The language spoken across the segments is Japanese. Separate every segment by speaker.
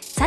Speaker 1: さ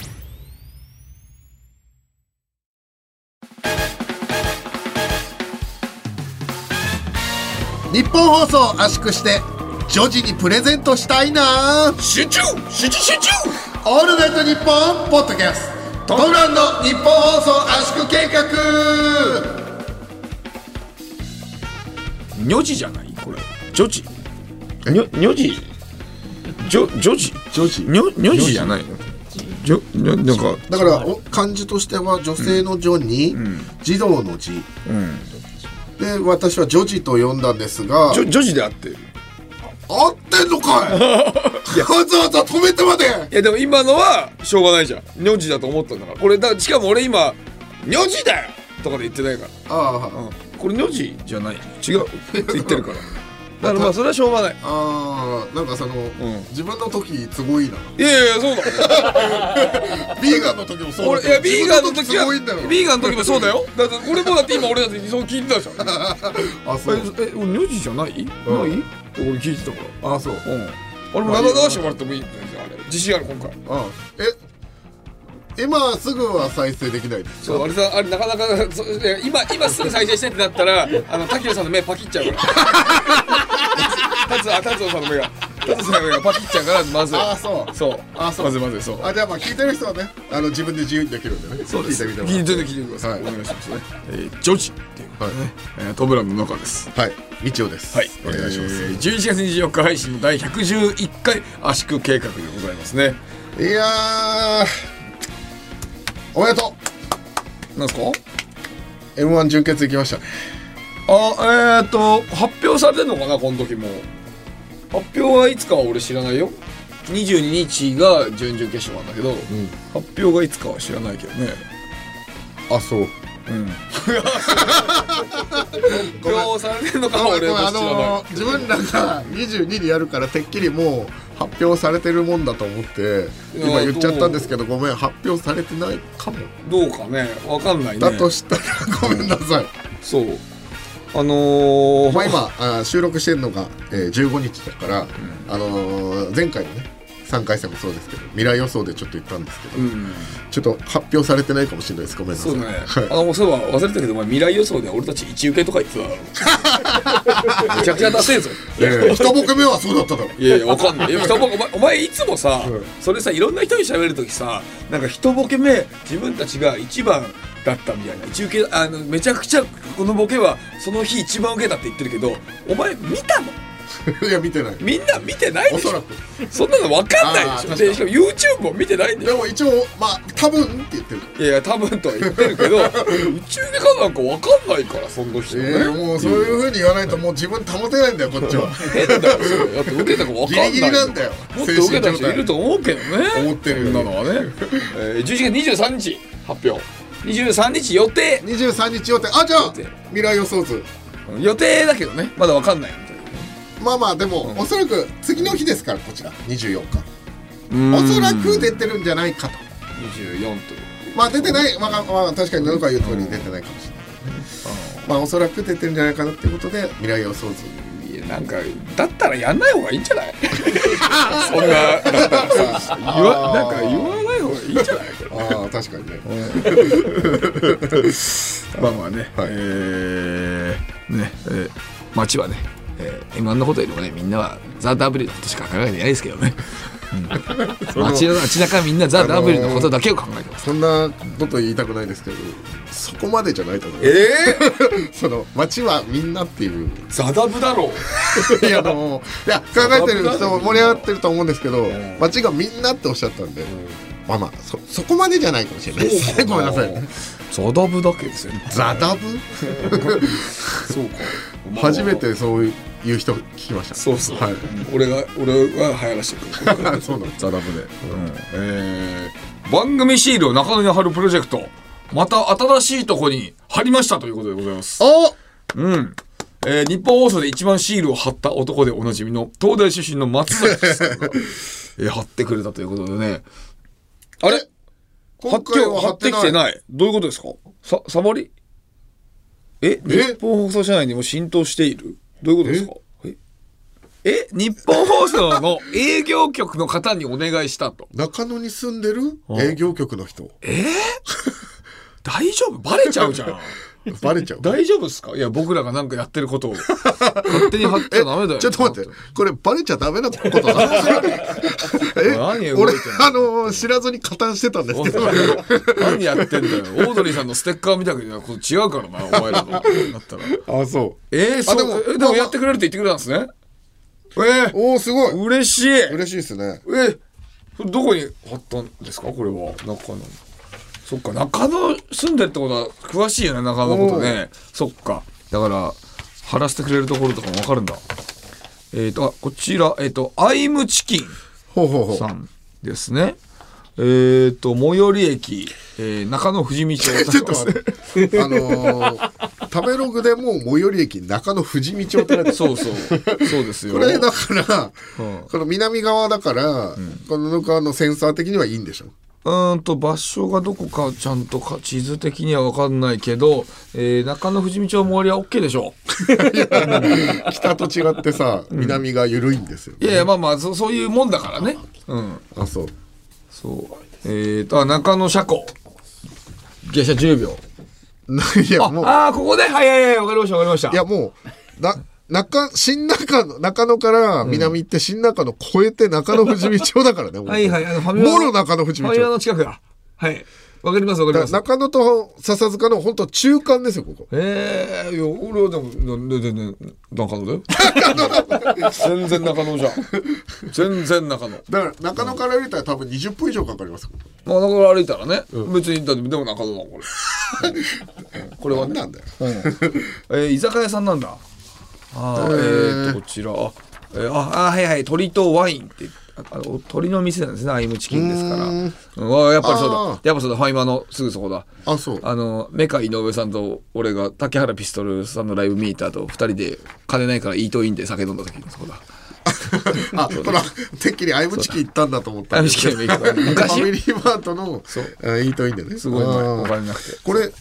Speaker 2: ン
Speaker 3: 日本放送を圧縮して女児にプレゼントしたいな
Speaker 4: 集中集中集中
Speaker 3: オールナイトニッポンポッドキャストトムブラウンの日本放送圧縮計画
Speaker 4: 女児じゃないこれ女児女女児女女児
Speaker 3: 女児
Speaker 4: 女女児じゃないの女女なんか
Speaker 3: だからお漢字としては女性の女に、児童の字、で私は女児と呼んだんですが
Speaker 4: 女女児であってる
Speaker 3: 合ってんのか いわざわざ止めてまで
Speaker 4: いやでも今のはしょうがないじゃん女児だと思ったんだからこれだしかも俺今女児だよとかで言ってないから
Speaker 3: ああ
Speaker 4: これ女児じゃない違うって言ってるから だからまあそれはしょうがない
Speaker 3: あーなんかその、
Speaker 4: ん
Speaker 3: 自分の時都合いいない
Speaker 4: やいやいや そうだ
Speaker 3: ビーガンの時もそう
Speaker 4: 俺
Speaker 3: だけ
Speaker 4: い
Speaker 3: ど
Speaker 4: やビーガンの時
Speaker 3: 自分の
Speaker 4: は
Speaker 3: 都合いいんだろ
Speaker 4: ビーガンの時もそうだ よだって俺もだって今俺だってそう聞いてた じゃん
Speaker 3: あそう
Speaker 4: え俺女児じゃないないって俺聞いてたから
Speaker 3: あそう
Speaker 4: うん俺も名前出してもらってもいいんですよあれ自信ある今回
Speaker 3: あえ今すぐは再生できないです
Speaker 4: そうあれさあれなかなかそいや今今すぐ再生してってなったらあの滝野さんの目パキっち ゃうから達あ達夫さんの目が達夫さんの目がパキっちゃうからまずい
Speaker 3: ああそう
Speaker 4: そう
Speaker 3: あそう
Speaker 4: まずいまずいそう
Speaker 3: あじゃあまあ聞いてる人はねあの自分で自由にできるんでねそう聞いてみて
Speaker 4: 聞い
Speaker 3: も
Speaker 4: て聞いてください、お願いしますね、えー、ジョージっていう、
Speaker 3: らって
Speaker 4: えー、トムブラウンの中です
Speaker 3: はいみちおです
Speaker 4: はい、
Speaker 3: お願いします、
Speaker 4: えー、11月24日配信の第111回圧縮計画でございますね
Speaker 3: いやーおめでと
Speaker 4: なんですか
Speaker 3: う m 1準決行きましたね
Speaker 4: あえっ、ー、と発表されてんのかなこの時も発表はいつかは俺知らないよ22日が準々決勝なんだけど、発表がいつかは知らないけどね
Speaker 3: あそう
Speaker 4: 発表されてんのかは
Speaker 3: あ
Speaker 4: 俺は
Speaker 3: あ
Speaker 4: 知らない、
Speaker 3: のー自分らが22にやるからてっきりもう発表されてるもんだと思って今言っちゃったんですけどごめん発表されてないかも
Speaker 4: どうかねわかんないね
Speaker 3: だとしたらごめんなさい
Speaker 4: そうあのー、
Speaker 3: まあ今あー収録してるのが、えー15日だから、あのー前回のね3回戦もそうですけど未来予想でちょっと言ったんですけど、
Speaker 4: うん
Speaker 3: ちょっと発表されてないかもしれないですごめんなさい
Speaker 4: そうだね、
Speaker 3: はい
Speaker 4: あのそういえば忘れてたけどお前未来予想で俺たち一受けとか言ってた だろめちゃくちゃ出せえぞ
Speaker 3: えー、一ボケ目はそうだっただろ
Speaker 4: いやいや、わかんない。いや人ボケお前、お前いつもさ
Speaker 3: ん、
Speaker 4: それさ、いろんな人に喋るときさ、なんか一ボケ目、自分たちが一番だったみたいな。中継、あの、めちゃくちゃ、このボケは、その日一番受けたって言ってるけど、お前見たの
Speaker 3: いや見てない
Speaker 4: みんな見てないでし
Speaker 3: おそら
Speaker 4: ょ
Speaker 3: く
Speaker 4: そんなのわかんない
Speaker 3: あー
Speaker 4: でし
Speaker 3: 確
Speaker 4: ょ
Speaker 3: か
Speaker 4: で、
Speaker 3: に
Speaker 4: しかも YouTube も見てないんだ
Speaker 3: で
Speaker 4: よ。
Speaker 3: も一応まあ多分って言ってる
Speaker 4: いやいや、多分とは言ってるけど、宇宙でかなんかわかんないから、その人ね。
Speaker 3: えー、もうそういうふうに言わないともう自分保てないんだよこっ ちは
Speaker 4: 変だよ、それだって受けたかわかんない
Speaker 3: ギリギリなんだよ
Speaker 4: もっと受けた人いると思うけどね
Speaker 3: 思ってるよ
Speaker 4: そんなのはね、えー、11月23日発表23日予定
Speaker 3: 23日予定あじゃあ未来予想図
Speaker 4: 予定だけどねまだわかんないみたいな
Speaker 3: まあまあでも、おそらく次の日ですからこちら24日
Speaker 4: うん
Speaker 3: おそらく出てるんじゃないかと
Speaker 4: 24と
Speaker 3: まあ出てない、まあまあ、確かに何か言う通り出てないかもしれない、まあおそらく出てるんじゃないかなっていうことで未来予想図
Speaker 4: いやなんかだったらやんない方がいいんじゃない そんなだったらさ言わなんか言わない方がいいんじゃない
Speaker 3: ああ確かにね
Speaker 4: まあまあね、えーね、えー街はね、えー、M1 のことよりもね、みんなはザ・ W のことしか考えてないですけどね。 街の街中みんなザ・ラブリーのことだけを考えてます
Speaker 3: そんなこと言いたくないですけどそこまでじゃないと思います
Speaker 4: ええ
Speaker 3: その街はみんなっていう
Speaker 4: ザダブだろう
Speaker 3: いやあのいや考えてる人も盛り上がってると思うんですけど
Speaker 4: ん
Speaker 3: 街がみんなっておっしゃったんで、まあまあそそこまでじゃないかもしれないですねごめんなさいね
Speaker 4: ザダブだけですよ
Speaker 3: ザダブ
Speaker 4: そうか
Speaker 3: 初めてそういう人聞きました
Speaker 4: そうそう、
Speaker 3: はい
Speaker 4: 俺が俺が流行らしてくれ る
Speaker 3: そうなんです
Speaker 4: ザダブで、うんえー番組シールを中野に貼るプロジェクトまた新しいとこに貼りましたということでございます
Speaker 3: お
Speaker 4: うん。えー日本放送で一番シールを貼った男でおなじみの東大出身の松崎さ んが、えー貼ってくれたということでね。あれ貼っ
Speaker 3: 今
Speaker 4: て
Speaker 3: 回は
Speaker 4: 貼ってきてない。どういうことですかさ、サボりえ日本放送社内にも浸透しているどういうことですかええ日本放送の営業局の方にお願いしたと。
Speaker 3: 中野に住んでる営業局の人
Speaker 4: 大丈夫バレちゃうじゃん。
Speaker 3: バレちゃう
Speaker 4: 大丈夫っすかいや、僕らがなんかやってることを勝手に貼っ ちゃダメだよ。
Speaker 3: ちょっと待って、これバレちゃダメなことだな。
Speaker 4: 何
Speaker 3: え、
Speaker 4: 動い
Speaker 3: 俺
Speaker 4: てんの
Speaker 3: あのー知らずに加担してたんですけど、
Speaker 4: 何やってんだよオードリーさんのステッカーみたいなこと違うから なお前らのだったら
Speaker 3: あ、そ
Speaker 4: えー、そう
Speaker 3: あで
Speaker 4: でも
Speaker 3: も
Speaker 4: えでもやってくれるって言ってくれたんですねえ
Speaker 3: おおすご
Speaker 4: ー、
Speaker 3: い。
Speaker 4: 嬉しいえ
Speaker 3: 嬉しいですね。
Speaker 4: ーそれどこに貼ったんですかこれは中野そっか中野住んでるってことは詳しいよね中野のことねそっかだから貼らせてくれるところとかも分かるんだえっ、とあこちらえっ、と「アイムチキン」
Speaker 3: ほうほうほう
Speaker 4: さ。んですね。えっ、ー、と、最寄り駅、えー中野富士見町。 ちょっと待って。
Speaker 3: あのー食べログでもう最寄り駅中野富士見町ってなってる
Speaker 4: そうそう。そうですよ。
Speaker 3: これだから、
Speaker 4: うん
Speaker 3: この南側だから、この向かうのセンサー的にはいいんでし ょ。
Speaker 4: うーんと、場所がどこかちゃんとか地図的にはわかんないけど、えー中野富士見町の周りは OK でしょ
Speaker 3: 北と違ってさ、南が緩いんですよ
Speaker 4: う。い。やいや、まあまあ、そそういうもんだからね。うん。
Speaker 3: あ、そう。
Speaker 4: そう。えっ、ー、と、あ中野車庫。下車10秒。
Speaker 3: いやもう
Speaker 4: ああ、ここで、はいはいはい、わかりましたわかりました。
Speaker 3: いやもう、な、中、新中野、中野から南行って新中野越えて中野富士見町だからね。
Speaker 4: はいはい、あの、ファミマ
Speaker 3: もろ中野富士見
Speaker 4: ファミマ
Speaker 3: 町。
Speaker 4: の近くだ。はい。わかりますわかりま
Speaker 3: だ
Speaker 4: す。
Speaker 3: 中野と笹塚の本当中間ですよ、ここ。
Speaker 4: ええいや、俺はでも、な、で、で、で、中野だよ。全然中野じゃん。全然中
Speaker 3: だ
Speaker 4: 野。
Speaker 3: から中野から降りたら多分20分以上かかります。
Speaker 4: まあ、だから歩いたらね、別に、だって、でも中野だもん、 これ。これ
Speaker 3: な
Speaker 4: は
Speaker 3: ん
Speaker 4: ね。
Speaker 3: なんだよ。
Speaker 4: うん、えー居酒屋さんなんだ。あーえーと、こちら。あえーあ、あはいはい、鳥とワインって。ああの鳥の店なんですね、アイムチキンですから。うん、あやっぱりそう
Speaker 3: あ
Speaker 4: だ
Speaker 3: ー。
Speaker 4: やっぱそうだ、ファイマのすぐそこだ。
Speaker 3: あ、そう。
Speaker 4: あのメカ井上さんと俺が竹原ピストルさんのライブ見に行った後二人で金ないからイートインで酒飲んだ時のそこだ
Speaker 3: あ、ほら、てっきりアイムチキン行ったんだと思ったんですけど。
Speaker 4: アイムチキン
Speaker 3: ファ
Speaker 4: の行く
Speaker 3: ミ
Speaker 4: 昔
Speaker 3: リーマートの、あいいといいんだよね。
Speaker 4: すごい
Speaker 3: あー
Speaker 4: お金なくて
Speaker 3: これ、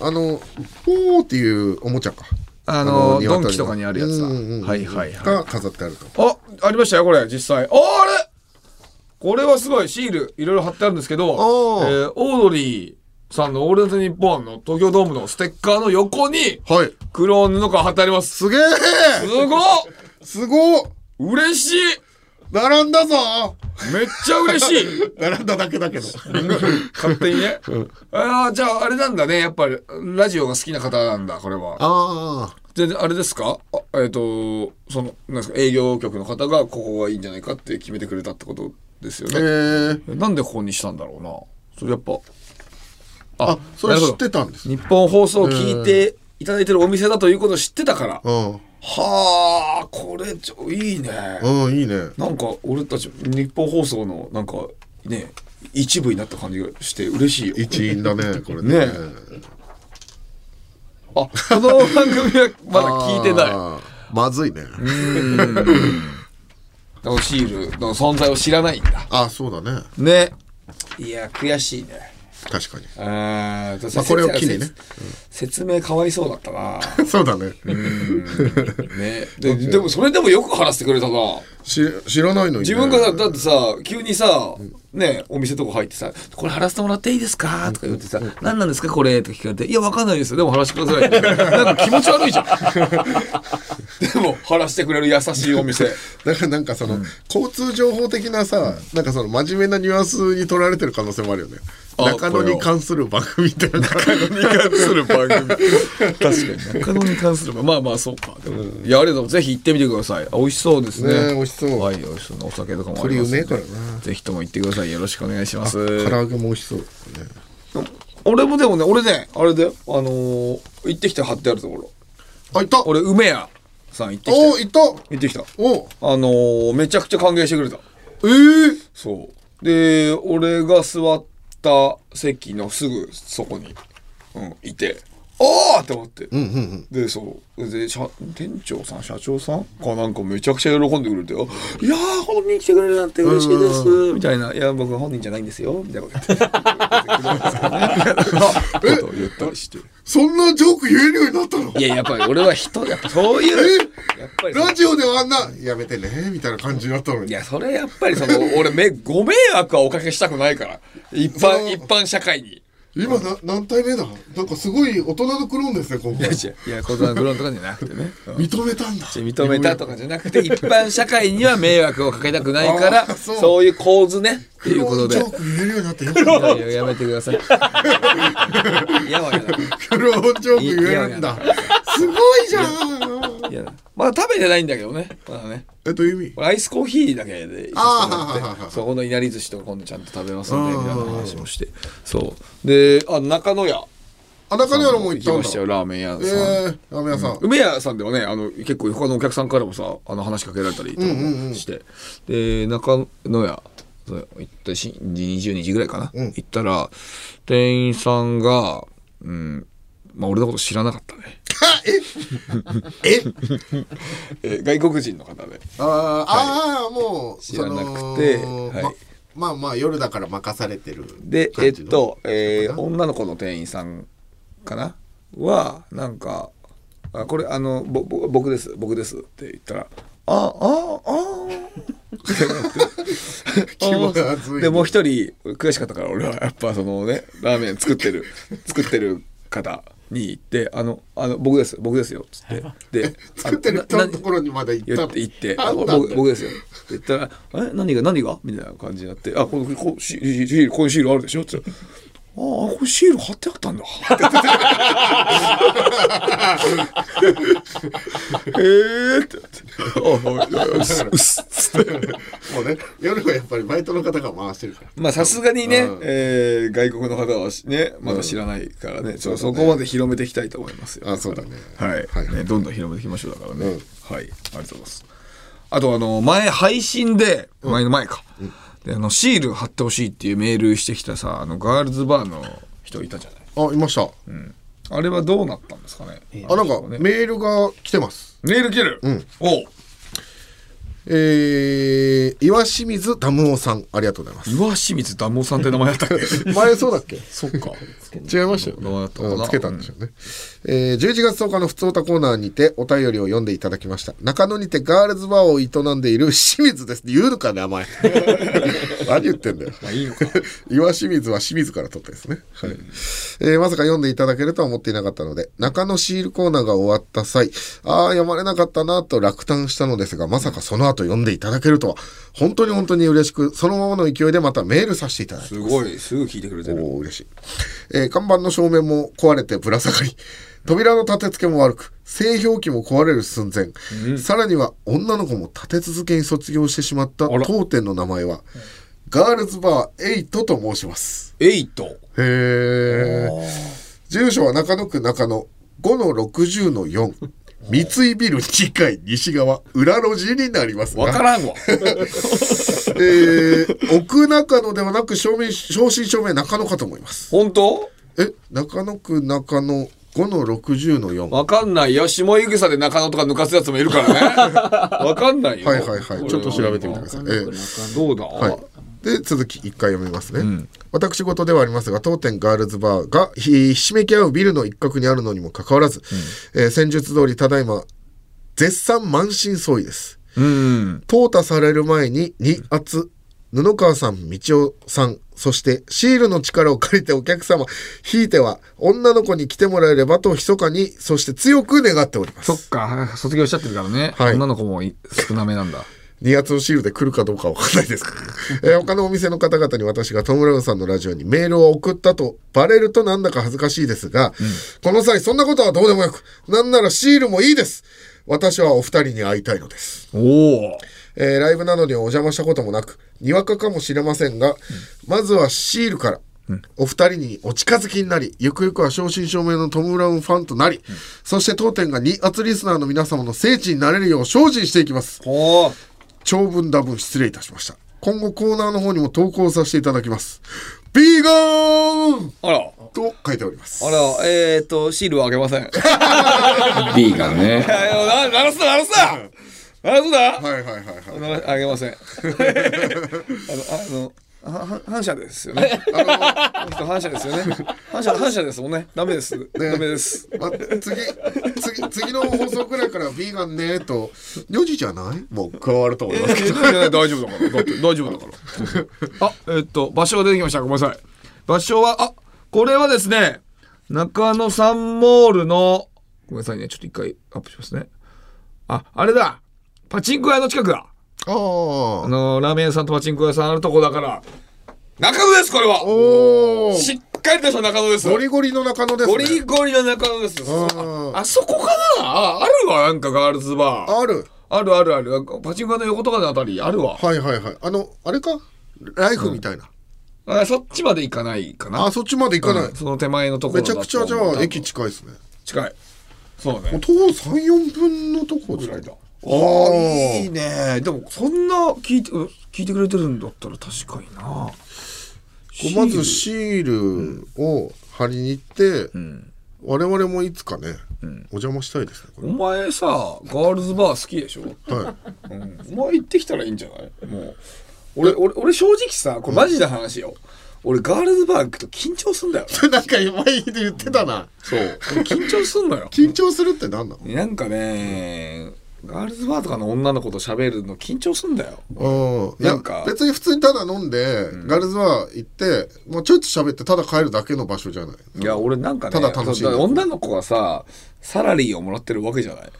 Speaker 3: あの、ポーっていうおもちゃか。
Speaker 4: あの
Speaker 3: 鶏の
Speaker 4: ドンキとかにあるやつだ
Speaker 3: うんうんうん
Speaker 4: はいはいはい
Speaker 3: が飾ってあると。
Speaker 4: あありましたよこれ実際ああれこれはすごいシールいろいろ貼ってあるんですけど、
Speaker 3: おー
Speaker 4: えーオードリーさんの「オールナイトニッポン」の東京ドームのステッカーの横に
Speaker 3: はい。
Speaker 4: 黒布が貼ってあります
Speaker 3: すげえ
Speaker 4: すごっ
Speaker 3: すごっ
Speaker 4: 嬉しい
Speaker 3: 並んだぞ
Speaker 4: めっちゃ嬉しい
Speaker 3: 並んだだけ だけど。
Speaker 4: 勝手にね。ああ、じゃああれなんだね。やっぱり、ラジオが好きな方なんだ、これは。
Speaker 3: ああ。
Speaker 4: で、あれですかあえっ、と、その、なんですか、営業局の方がここがいいんじゃないかって決めてくれたってことですよ
Speaker 3: ええ
Speaker 4: ね。なんでここにしたんだろうな。それやっぱ。あ
Speaker 3: あ、それ
Speaker 4: なる
Speaker 3: 知
Speaker 4: ほ
Speaker 3: っ
Speaker 4: ど
Speaker 3: てたんです。
Speaker 4: 日本放送を聞いていただいてるお店だということを知ってたから。
Speaker 3: うん。
Speaker 4: はあ、これちょ、いいね。
Speaker 3: うん、いいね。
Speaker 4: なんか、俺たち、日本放送の、なんか、ね、一部になった感じがして嬉しいよ。
Speaker 3: 一員だね、これ
Speaker 4: ね
Speaker 3: ね。
Speaker 4: あ、この番組はまだ聞いてない。
Speaker 3: あー。まずいね。
Speaker 4: だからシールの存在を知らないんだ。
Speaker 3: あ、そうだね。
Speaker 4: ね。いや、悔しいね。
Speaker 3: 確かに。
Speaker 4: あー
Speaker 3: まあこれを機にね。
Speaker 4: 説説明かわいそうだったな。
Speaker 3: そうだね。
Speaker 4: ね。ででも、それでもよく話してくれたな。
Speaker 3: し知らないのにね。
Speaker 4: 自分がさ、だってさ、急にさ、ね、お店とか入ってさ「これ貼らせてもらっていいですか?」とか言ってさ「何なんですかこれ?」とか聞かれて「いやわかんないですよでも貼らせてください」 なんか気持ち悪いじゃんでも貼らせてくれる優しい お店
Speaker 3: だからなんかその、交通情報的なさなんかその真面目なニュアンスに取られてる可能性もあるよね
Speaker 4: あ
Speaker 3: 中野
Speaker 4: これ
Speaker 3: に
Speaker 4: は
Speaker 3: 関するバグみたいな
Speaker 4: に関する番組確かに中野に関する番組まあまあそうかでも、いやあれだぜひ行ってみてください美味しそうですね
Speaker 3: ね美味しそう
Speaker 4: はい美味しそうなお酒とかもありますんで
Speaker 3: これうめえからな
Speaker 4: ぜひとも行ってくださいよろしくお願いします
Speaker 3: 唐揚げも美味しそうですね
Speaker 4: 俺もでもね俺ねあれだよあのー行ってきて貼ってあるところ
Speaker 3: あいたお
Speaker 4: 俺梅屋さん行ってき
Speaker 3: お
Speaker 4: て
Speaker 3: いた
Speaker 4: 行ってきた
Speaker 3: お
Speaker 4: あのーめちゃくちゃ歓迎してくれた
Speaker 3: えー、
Speaker 4: そうで俺が座った席のすぐそこに、うん、いてああって思って、でそうで社店長さん社長さんかなんかめちゃくちゃ喜んでくれて「あいやー本人来てくれるなんて嬉しいです」みたいな「いや僕本人じゃないんですよ」みたいな こと言ってことを言ったりして。
Speaker 3: そんなジョーク言えるようになったの
Speaker 4: いや、やっぱり俺は人、やっぱそういう、やっぱりその
Speaker 3: ラジオではあんなやめてねみたいな感じになったの
Speaker 4: い
Speaker 3: に
Speaker 4: や、それやっぱりその、俺め、ご迷惑はおかけしたくないから。一
Speaker 3: そ
Speaker 4: 般、
Speaker 3: う
Speaker 4: 一般社会に。
Speaker 3: 今な何体目だなんかすごい大人のクローンですね今
Speaker 4: いや、
Speaker 3: 回
Speaker 4: いや、小沢グロンとかじゃなくてね。うん
Speaker 3: 認めたんだ
Speaker 4: 認めたとかじゃなくて、一般社会には迷惑をかけたくないから、
Speaker 3: あーそう
Speaker 4: そういう構図ね、っ
Speaker 3: ク
Speaker 4: ていう
Speaker 3: ロ
Speaker 4: こ
Speaker 3: ー
Speaker 4: と
Speaker 3: ンジ
Speaker 4: で
Speaker 3: ョ。ーク言えるようになってよかった
Speaker 4: いやいややめてください。いやばい
Speaker 3: クローンジョーク言えるんだ
Speaker 4: い
Speaker 3: すごいじゃん
Speaker 4: な。いやだまだ食べてないんだけどね。まだね。
Speaker 3: えどういう意味
Speaker 4: 俺アイスコーヒーだけで
Speaker 3: あーはいはいはいはい
Speaker 4: そこのいなり寿司とか今度ちゃんと食べますんで、みたいな話もして。そう。で、あ、中野屋。
Speaker 3: あ中根原も行った
Speaker 4: 行き
Speaker 3: ん
Speaker 4: ましたよ、
Speaker 3: だ
Speaker 4: ラーメン屋さん。
Speaker 3: ええラーメン屋さん
Speaker 4: 梅屋さんではねあの結構他のお客さんからもさあの話しかけられたりとかもして、で中野屋そう行ってし22時ぐらいかな、行ったら店員さんがうんまあ俺のこと知らなかったね
Speaker 3: ええ
Speaker 4: え外国人の方で
Speaker 3: あーあーもう
Speaker 4: 知らなくて
Speaker 3: その
Speaker 4: はい
Speaker 3: ままあまあ夜だから任されてる
Speaker 4: でえ
Speaker 3: 感
Speaker 4: っ
Speaker 3: じの
Speaker 4: と、えー女の子の店員さんかなはなんか「あこれあのぼぼ僕です僕です」って言ったら「あああ
Speaker 3: 気
Speaker 4: あ
Speaker 3: 分が熱
Speaker 4: ー
Speaker 3: い
Speaker 4: でもう一人悔しかったから俺はやっぱそのねラーメン作ってる 作ってる方に行って「あのあの僕です僕ですよ」っつってで
Speaker 3: 作ってる人
Speaker 4: あ
Speaker 3: の
Speaker 4: な
Speaker 3: ところにまだ行った
Speaker 4: 言
Speaker 3: の
Speaker 4: って言って
Speaker 3: あ
Speaker 4: あ
Speaker 3: ん
Speaker 4: 僕
Speaker 3: た
Speaker 4: 僕ですよ」って言ったら「え何が何が?」みたいな感じになって「あこのこシシシールこういうシールあるでしょ」って言ったらああこれシール貼ってあったんだ」ええ」ってなってああうっすうっすっつって
Speaker 3: もうね夜はやっぱりバイトの方が回してるから
Speaker 4: まあさすがにね、
Speaker 3: うん
Speaker 4: えー外国の方はしねまだ知らないからね、そうそこまで広めていきたいと思いますよ
Speaker 3: あそうだね
Speaker 4: はい、
Speaker 3: はい
Speaker 4: ね、どんどん広めていきましょうだからね、
Speaker 3: うん
Speaker 4: はいありがとうございますあとあの前配信で前の前か、であのシール貼ってほしいっていうメールしてきたさあのガールズバーの人いたじゃない、
Speaker 3: あいました
Speaker 4: あれはどうなったんですかね
Speaker 3: あなんか
Speaker 4: ね
Speaker 3: メールが来てます
Speaker 4: メール切る、おう
Speaker 3: えー、岩清水ダムオさんありがとうございます
Speaker 4: 岩清水ダモさんって名前だったっけ
Speaker 3: 前そうだっけ
Speaker 4: そっか
Speaker 3: 違いましたよ
Speaker 4: どうだったかな
Speaker 3: うんつけたんでしょうね、えー11月10日の「ふつおた」コーナーにてお便りを読んでいただきました中野にてガールズバーを営んでいる清水です言うのか名 前何言ってんだよ
Speaker 4: まあいいのか
Speaker 3: 岩清水は清水から取ったですね、はいえーまさか読んでいただけるとは思っていなかったので中野シールコーナーが終わった際ああ読まれなかったなと落胆したのですがまさかその後読んでいただけるとは本当に本当に嬉しくそのままの勢いでまたメールさせていただいて
Speaker 4: すごいすぐ聞いてくれてる
Speaker 3: おお嬉しい、えー看板の正面も壊れてぶら下がり扉の立て付けも悪く製氷機も壊れる寸前、さらには女の子も立て続けに卒業してしまった
Speaker 4: ら
Speaker 3: 当店の名前はガールズバーエイトと申します
Speaker 4: エイト
Speaker 3: へえ住所は中野区中野5の60の4三井ビル2階西側裏路地になりますが
Speaker 4: わからん わ
Speaker 3: えー奥中野ではなく正面正真正銘中野かと思います
Speaker 4: 本当
Speaker 3: え中野区中野5の60の4
Speaker 4: わかんないよ。下井草で中野とか抜かすやつもいるから ね。わかんないよ。
Speaker 3: はいはいはいちょっと調べてみてください、えー
Speaker 4: どうだ、
Speaker 3: はい、で続き一回読みますね、私事ではありますが当店ガールズバーがひひしめき合うビルの一角にあるのにもかかわらず、えー戦術通りただいま絶賛満身創痍です
Speaker 4: うん。
Speaker 3: 淘汰される前に2圧布川さん、道夫さん、そしてシールの力を借りてお客様、ひいては女の子に来てもらえればと密かに、そして強く願っておりま
Speaker 5: そっ
Speaker 3: す。
Speaker 5: か、卒業しちゃってるからね。
Speaker 3: はい
Speaker 5: 女の子もい少なめなんだ。
Speaker 3: 2月のシールで来るかどうかはわかんないですけど、え ー他のお店の方々に私がトム・ブラウンさんのラジオにメールを送ったとバレるとなんだか恥ずかしいですが、この際そんなことはどうでもよく、なんならシールもいいです。私はお二人に会いたいのです。
Speaker 5: おお。
Speaker 3: えーライブなのにお邪魔したこともなくにわかかもしれませんが、まずはシールから、お二人にお近づきになりゆくゆくは正真正銘のトム・ブラウンファンとなり、そして当店が2圧リスナーの皆様の聖地になれるよう精進していきます
Speaker 4: おー
Speaker 3: 長文多文失礼いたしました今後コーナーの方にも投稿させていただきますビーガン
Speaker 4: あら
Speaker 3: と書いております
Speaker 4: あらえっ、ー、とシールはあげません
Speaker 5: ビーガンね。
Speaker 4: あよな鳴らすな鳴らすな鳴らすな、
Speaker 3: はいはいはいはい
Speaker 4: 鳴らあげませんあのあのはは反射ですよね。あの人反射ですよね。反射反射ですもんね。ダメです。ダメです。
Speaker 3: ま、次次次の放送くらいからビーガンねと4時じゃないもう加わると思いますけど
Speaker 4: え大丈夫だから。だって大丈夫だから。 あ、えっと場所が出てきました。ごめんなさい。場所はあ、これはですね、中野サンモールのごめんなさいね。ちょっと一回アップしますね。あ、あれだ。パチンコ屋の近くだ。
Speaker 3: あ
Speaker 4: あのーラーメン屋さんとパチンコ屋さんあるとこだから。中野ですこれ
Speaker 3: あ。
Speaker 4: は。
Speaker 3: おお。
Speaker 4: しっかりとした中野です。
Speaker 3: ゴリゴリの中野ですね。
Speaker 4: ゴリゴリの中野です。
Speaker 3: ー
Speaker 4: ああそこかなああるわ、なんかガールズバー。
Speaker 3: ある。
Speaker 4: あるあるある。パチンコ屋の横とかのあたり、あるわ。
Speaker 3: はいはいはい。あの、あれかライフみたいな。
Speaker 4: あそっちまで行かないかな。
Speaker 3: あ、そっちまで行かない。
Speaker 4: うんその手前のところ
Speaker 3: めち
Speaker 4: だと
Speaker 3: ゃくちゃじゃあ、駅近いですね。
Speaker 4: 近い。そうね。
Speaker 3: 徒歩3、4分のとこじゃない
Speaker 4: だ
Speaker 3: あー
Speaker 4: いいね。でも、そんな聞いて、うん聞いてくれてるんだったら確かにな。
Speaker 3: こうまずシールを貼りに行って、我々もいつかね、お邪魔したいですね。こ
Speaker 4: お前さ、ガールズバー好きでしょ
Speaker 3: れはい。
Speaker 4: お前行ってきたらいいんじゃないもう俺俺俺正直さこれマジな話よ、俺ガールズバー行くと緊張すんだよ
Speaker 3: なんか今言ってたな。
Speaker 4: そう緊張すん のよ
Speaker 3: 緊張するって何なの
Speaker 4: なんかねガールズバーとかの女の子と喋るの緊張すんだよ
Speaker 3: うん、
Speaker 4: なんか
Speaker 3: いや別に普通にただ飲んで、ガールズは行ってもうちょいちょい喋ってただ帰るだけの場所じゃない
Speaker 4: いや俺なんかね
Speaker 3: ただ楽しい
Speaker 4: そうだから女の子がさサラリーをもらってるわけじゃない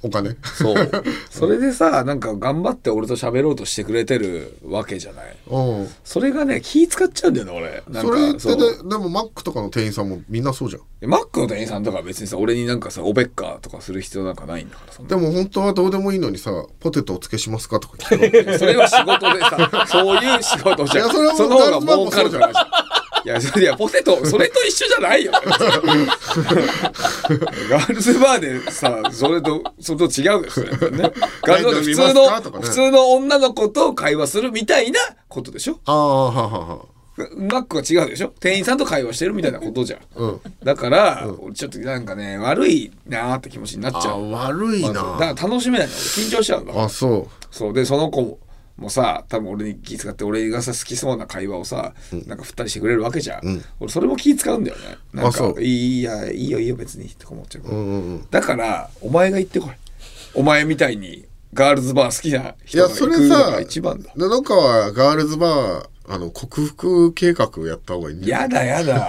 Speaker 3: お 金
Speaker 4: そう それでさなんか頑張って俺と喋ろうとしてくれてるわけじゃない
Speaker 3: うん
Speaker 4: それがね気使っちゃうんだよね俺なん
Speaker 3: それっ
Speaker 4: か
Speaker 3: て
Speaker 4: う
Speaker 3: ででもマックとかの店員さんもみんなそうじゃん
Speaker 4: マックの店員さんとか別にさ俺になんかさおべっかとかする必要なんかないんだからそんな
Speaker 3: でも本当はどうでもいいのにさポテトお付けしますかとか聞 く
Speaker 4: それは仕事で さそういう仕事じゃん
Speaker 3: いやそれはもう
Speaker 4: の方が儲かるからじゃんいやそれいやポテ トそれと一緒じゃないよガールズバーでさそれとそれと違うよそれねガールズバー
Speaker 3: 何
Speaker 4: で普通
Speaker 3: 飲みますかと
Speaker 4: の、
Speaker 3: かね
Speaker 4: 普通の女の子と会話するみたいなことでしょ
Speaker 3: ああははは
Speaker 4: マックは違うでしょ店員さんと会話してるみたいなことじゃん、
Speaker 3: ん
Speaker 4: だから、俺ちょっとなんかね悪いなーって気持ちになっちゃ
Speaker 3: あ
Speaker 4: う
Speaker 3: 悪い
Speaker 4: まずだ
Speaker 3: な
Speaker 4: から楽しめないの緊張しちゃうんだ
Speaker 3: あそう
Speaker 4: そうでその子ももさ多分俺に気遣って俺がさ好きそうな会話をさ、なんか振ったりしてくれるわけじゃん、俺それも気使うんだよねなん
Speaker 3: あそ
Speaker 4: か
Speaker 3: う
Speaker 4: いやいいよいいよ別にとか思っちゃう、
Speaker 3: うんうんうん
Speaker 4: だからお前が行ってこいお前みたいにガールズバー好きない人
Speaker 3: や
Speaker 4: が
Speaker 3: そ
Speaker 4: 行
Speaker 3: れ
Speaker 4: くの
Speaker 3: さ
Speaker 4: が一番だ
Speaker 3: 布川ガールズバーあの克服計画やった方がいいんじゃない
Speaker 4: やだやだ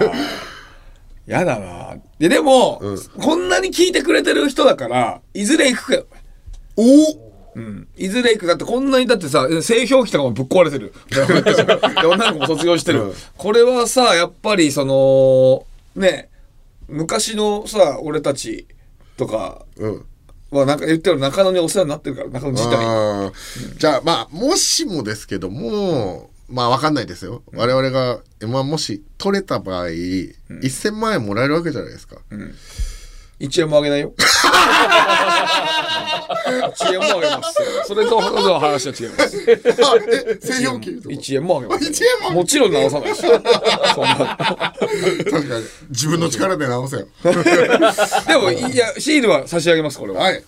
Speaker 4: やだなででも、こんなに聞いてくれてる人だからいずれ行くかよ
Speaker 3: お
Speaker 4: うんいずれ行くだってこんなにだってさ製氷機とかもぶっ壊れてるで女の子も卒業してる、これはさやっぱりそのね昔のさ俺たちとか
Speaker 3: うん
Speaker 4: はなんか言ったら中野にお世話になってるから中野自体
Speaker 3: あーじゃあまあもしもですけどもまあわかんないですよ我々が m 1もし取れた場合、1000万円もらえるわけじゃないですか、
Speaker 4: 1円もあげないよ1円もあげますそれと話は違います
Speaker 3: あえ専用機とか
Speaker 4: 1円もあげません
Speaker 3: 一円もあげない
Speaker 4: もちろん直さないしそんな
Speaker 3: 確かに自分の力で直せよ
Speaker 4: でも、いや、シールは差し上げます、これは。
Speaker 3: はい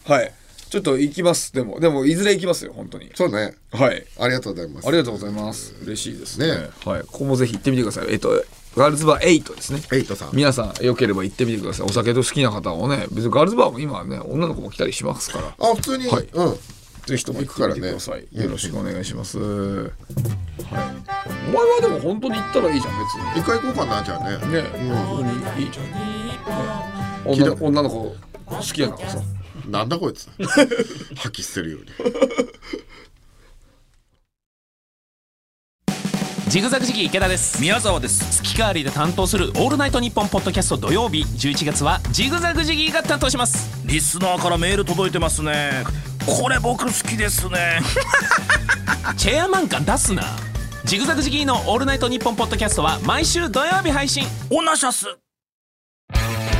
Speaker 4: ちょっと行きます、でも。でも、いずれ行きますよ、本当に。
Speaker 3: そうね
Speaker 4: はい。
Speaker 3: ありがとうございます
Speaker 4: ありがとうございます。嬉しいですね。
Speaker 3: ね
Speaker 4: はい。ここもぜひ行ってみてください。えっと、ガールズバー8ですね。
Speaker 3: エイトさん
Speaker 4: 皆さん、よければ行ってみてください。お酒と好きな方をね、別にガールズバーも今はね、女の子も来たりしますから。
Speaker 3: あ普通に、
Speaker 4: はい
Speaker 3: うん
Speaker 4: ぜひとも行
Speaker 3: 行くからね
Speaker 4: ください、
Speaker 3: うん
Speaker 4: よろしくお願いします、はい、お前はでも本当に行ったらいいじゃん別に
Speaker 3: 一回行こうかなじゃあね
Speaker 4: ね、本当にいいじゃん、ね、女女の子好きやからさ
Speaker 3: なんだこいつ吐き捨てるように
Speaker 6: ジグザグジギー池田です
Speaker 7: 宮沢です
Speaker 6: 月替わりで担当する「オールナイトニッポン」ポッドキャスト土曜日11月はジグザグジギーが担当します
Speaker 7: リスナーからメール届いてますねこれ僕好きですね
Speaker 6: チェアマン感出すなジグザグジギーの「オールナイトニッポン」ポッドキャストは毎週土曜日配信
Speaker 7: オナシャス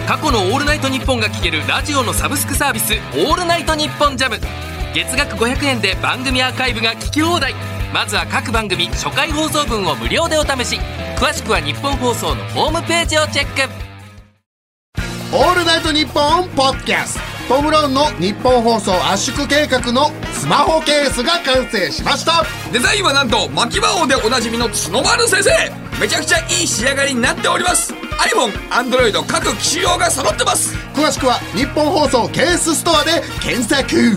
Speaker 8: 過去の「オールナイトニッポン」が聴けるラジオのサブスクサービス「オールナイトニッポンジャム月額500円で番組アーカイブが聞き放題まずは各番組初回放送分を無料でお試し詳しくは日本放送のホームページをチェック
Speaker 3: オールナイトニッポンポッドキャストトム・ブラウンの日本放送圧縮計画のスマホケースが完成しました
Speaker 4: デザインはなんと牧場王でおなじみの角丸先生めちゃくちゃいい仕上がりになっております iPhone、Android 各機種用が揃ってます
Speaker 3: 詳しくは日本放送ケースストアで検索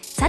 Speaker 1: さ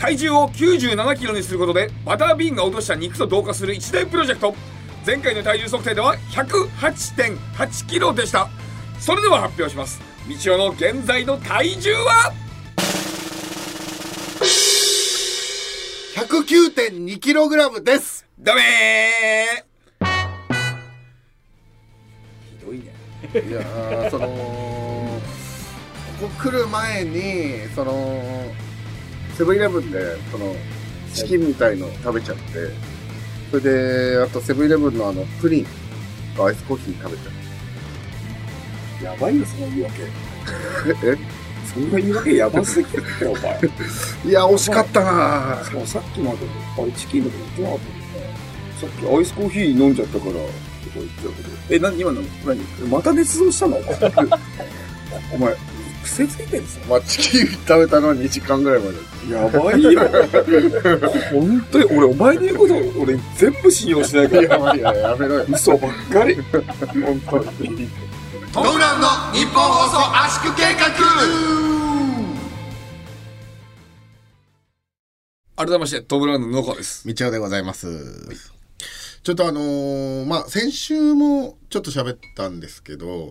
Speaker 4: 体重を9 7キロにすることでバタービーンが落とした肉と同化する一大プロジェクト前回の体重測定では1 0 8 8キロでしたそれでは発表しますみちおの現在の体重は
Speaker 3: 109.2キログラムです
Speaker 4: ダメーひどいね
Speaker 3: いやーそのここ来る前にそのセブンイレブンでそのチキンみたいの食べちゃってそれであとセブンイレブンのあのプリンとアイスコーヒー食べちゃってやばいよその言い訳え
Speaker 4: そんな言い訳やばすぎるってお前
Speaker 3: いや惜しかったな
Speaker 4: しかもさっきまであれチキンのこと言ってなかったもんねさっきアイスコーヒー飲んじゃったからとか言ってたけどえ何今の何また捏造したのお前お前癖つけてるぞ
Speaker 3: まあ、チキン食べたのは2時間ぐらいまで
Speaker 4: やばいよ 本当に俺お前の言うこと俺全部信用しないか
Speaker 3: いや
Speaker 4: ら
Speaker 3: ばいややめろよ
Speaker 4: 嘘ばっかり本当に
Speaker 3: トムブラウンの日本放送圧縮計画
Speaker 4: 改めましてトムブラウンの野川です
Speaker 3: 道夫でございます、ちょっとあのーまあ先週もちょっと喋ったんですけど、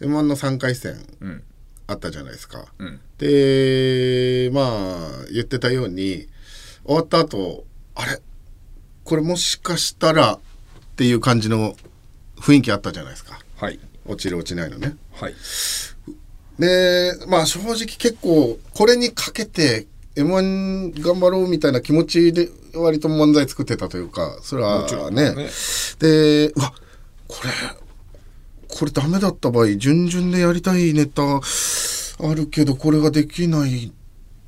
Speaker 3: m 1の3回戦
Speaker 4: うん
Speaker 3: あったじゃないですか、
Speaker 4: ん
Speaker 3: でまあ言ってたように終わった後あれこれもしかしたらっていう感じの雰囲気あったじゃないですか
Speaker 4: はい
Speaker 3: 落ちる落ちないのね
Speaker 4: はい
Speaker 3: でまあ正直結構これにかけて m 1頑張ろうみたいな気持ちで割と漫才作ってたというかそれはねでうわこれこれダメだった場合順々でやりたいネタあるけどこれができないっ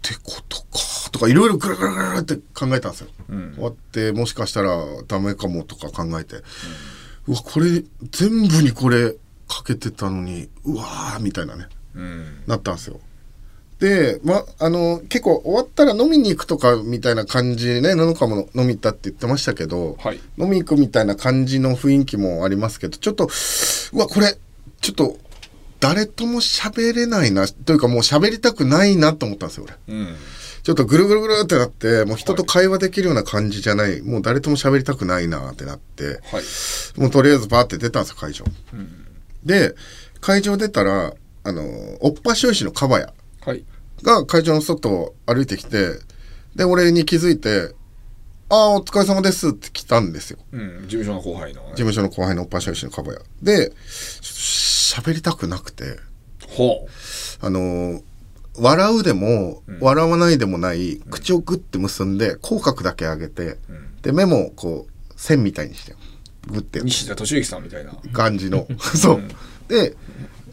Speaker 3: てことかとかいろいろぐるぐるぐるって考えたんですよ、終わってもしかしたらダメかもとか考えて、うわこれ全部にこれかけてたのにうわーみたいなね、なったんですよで、ま、あの結構終わったら飲みに行くとかみたいな感じでね野々かも飲み行ったって言ってましたけど、
Speaker 4: はい
Speaker 3: 飲み行くみたいな感じの雰囲気もありますけどちょっとうわこれちょっと誰とも喋れないなというかもう喋りたくないなと思ったんですよ俺。
Speaker 4: うん
Speaker 3: ちょっとぐるぐるぐるってなって、もう人と会話できるような感じじゃない、もう誰とも喋りたくないなってなって、
Speaker 4: はい
Speaker 3: もうとりあえずバーって出たんですよ、会場。で、会場出たら、あの、おっぱしおいしのかばや
Speaker 4: はい
Speaker 3: が会場の外を歩いてきて、で、俺に気づいて、あーお疲れ様ですって来たんですよ。
Speaker 4: うん、事務所の後輩のね
Speaker 3: 事務所の後輩のおっぱい処理師のかぼや。で、ちょっと喋りたくなくて、
Speaker 4: ほ
Speaker 3: あのー笑うでも、笑わないでもない、口をグッて結んで、口角だけ上げて、で、目もこう、線みたいにして、グッて
Speaker 4: う。西田敏行さんみたいな。
Speaker 3: 感じの。 そう。で、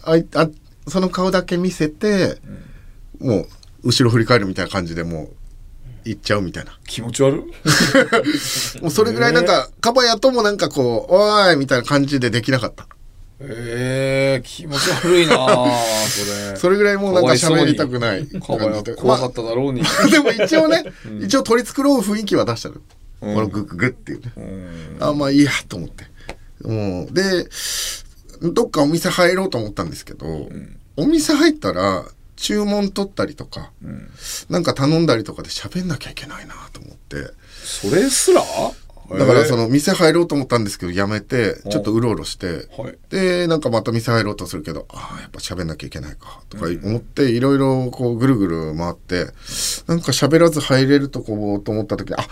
Speaker 3: あいあ、その顔だけ見せて、もう、後ろ振り返るみたいな感じでもう、行っちゃうみたいな。
Speaker 4: 気持ち悪い
Speaker 3: もうそれぐらいなんか、かばやともなんかこう、おーいみたいな感じでできなかった。
Speaker 4: ええ気持ち悪いな あそれ。
Speaker 3: それぐらいもうなんか喋りたくない
Speaker 4: かわいそうに
Speaker 3: 感じで
Speaker 4: かばや怖かっただろうに。
Speaker 3: でも一応ね、一応取り繕う雰囲気は出したの。このグッグッグッっていうね。あ、まあいいやと思って。もう、で、どっかお店入ろうと思ったんですけど、お店入ったら、注文取ったりとか、なんか頼んだりとかで喋んなきゃいけないなと思って。
Speaker 4: それすら
Speaker 3: だからそ
Speaker 4: の、
Speaker 3: の店入ろうと思ったんですけど、やめて、ちょっとうろうろして、
Speaker 4: はい
Speaker 3: で、なんかまた店入ろうとするけど、ああ、やっぱ喋んなきゃいけないか、とか思って、いろいろこうぐるぐる回って、なんか喋らず入れるとこうと思った時に、あ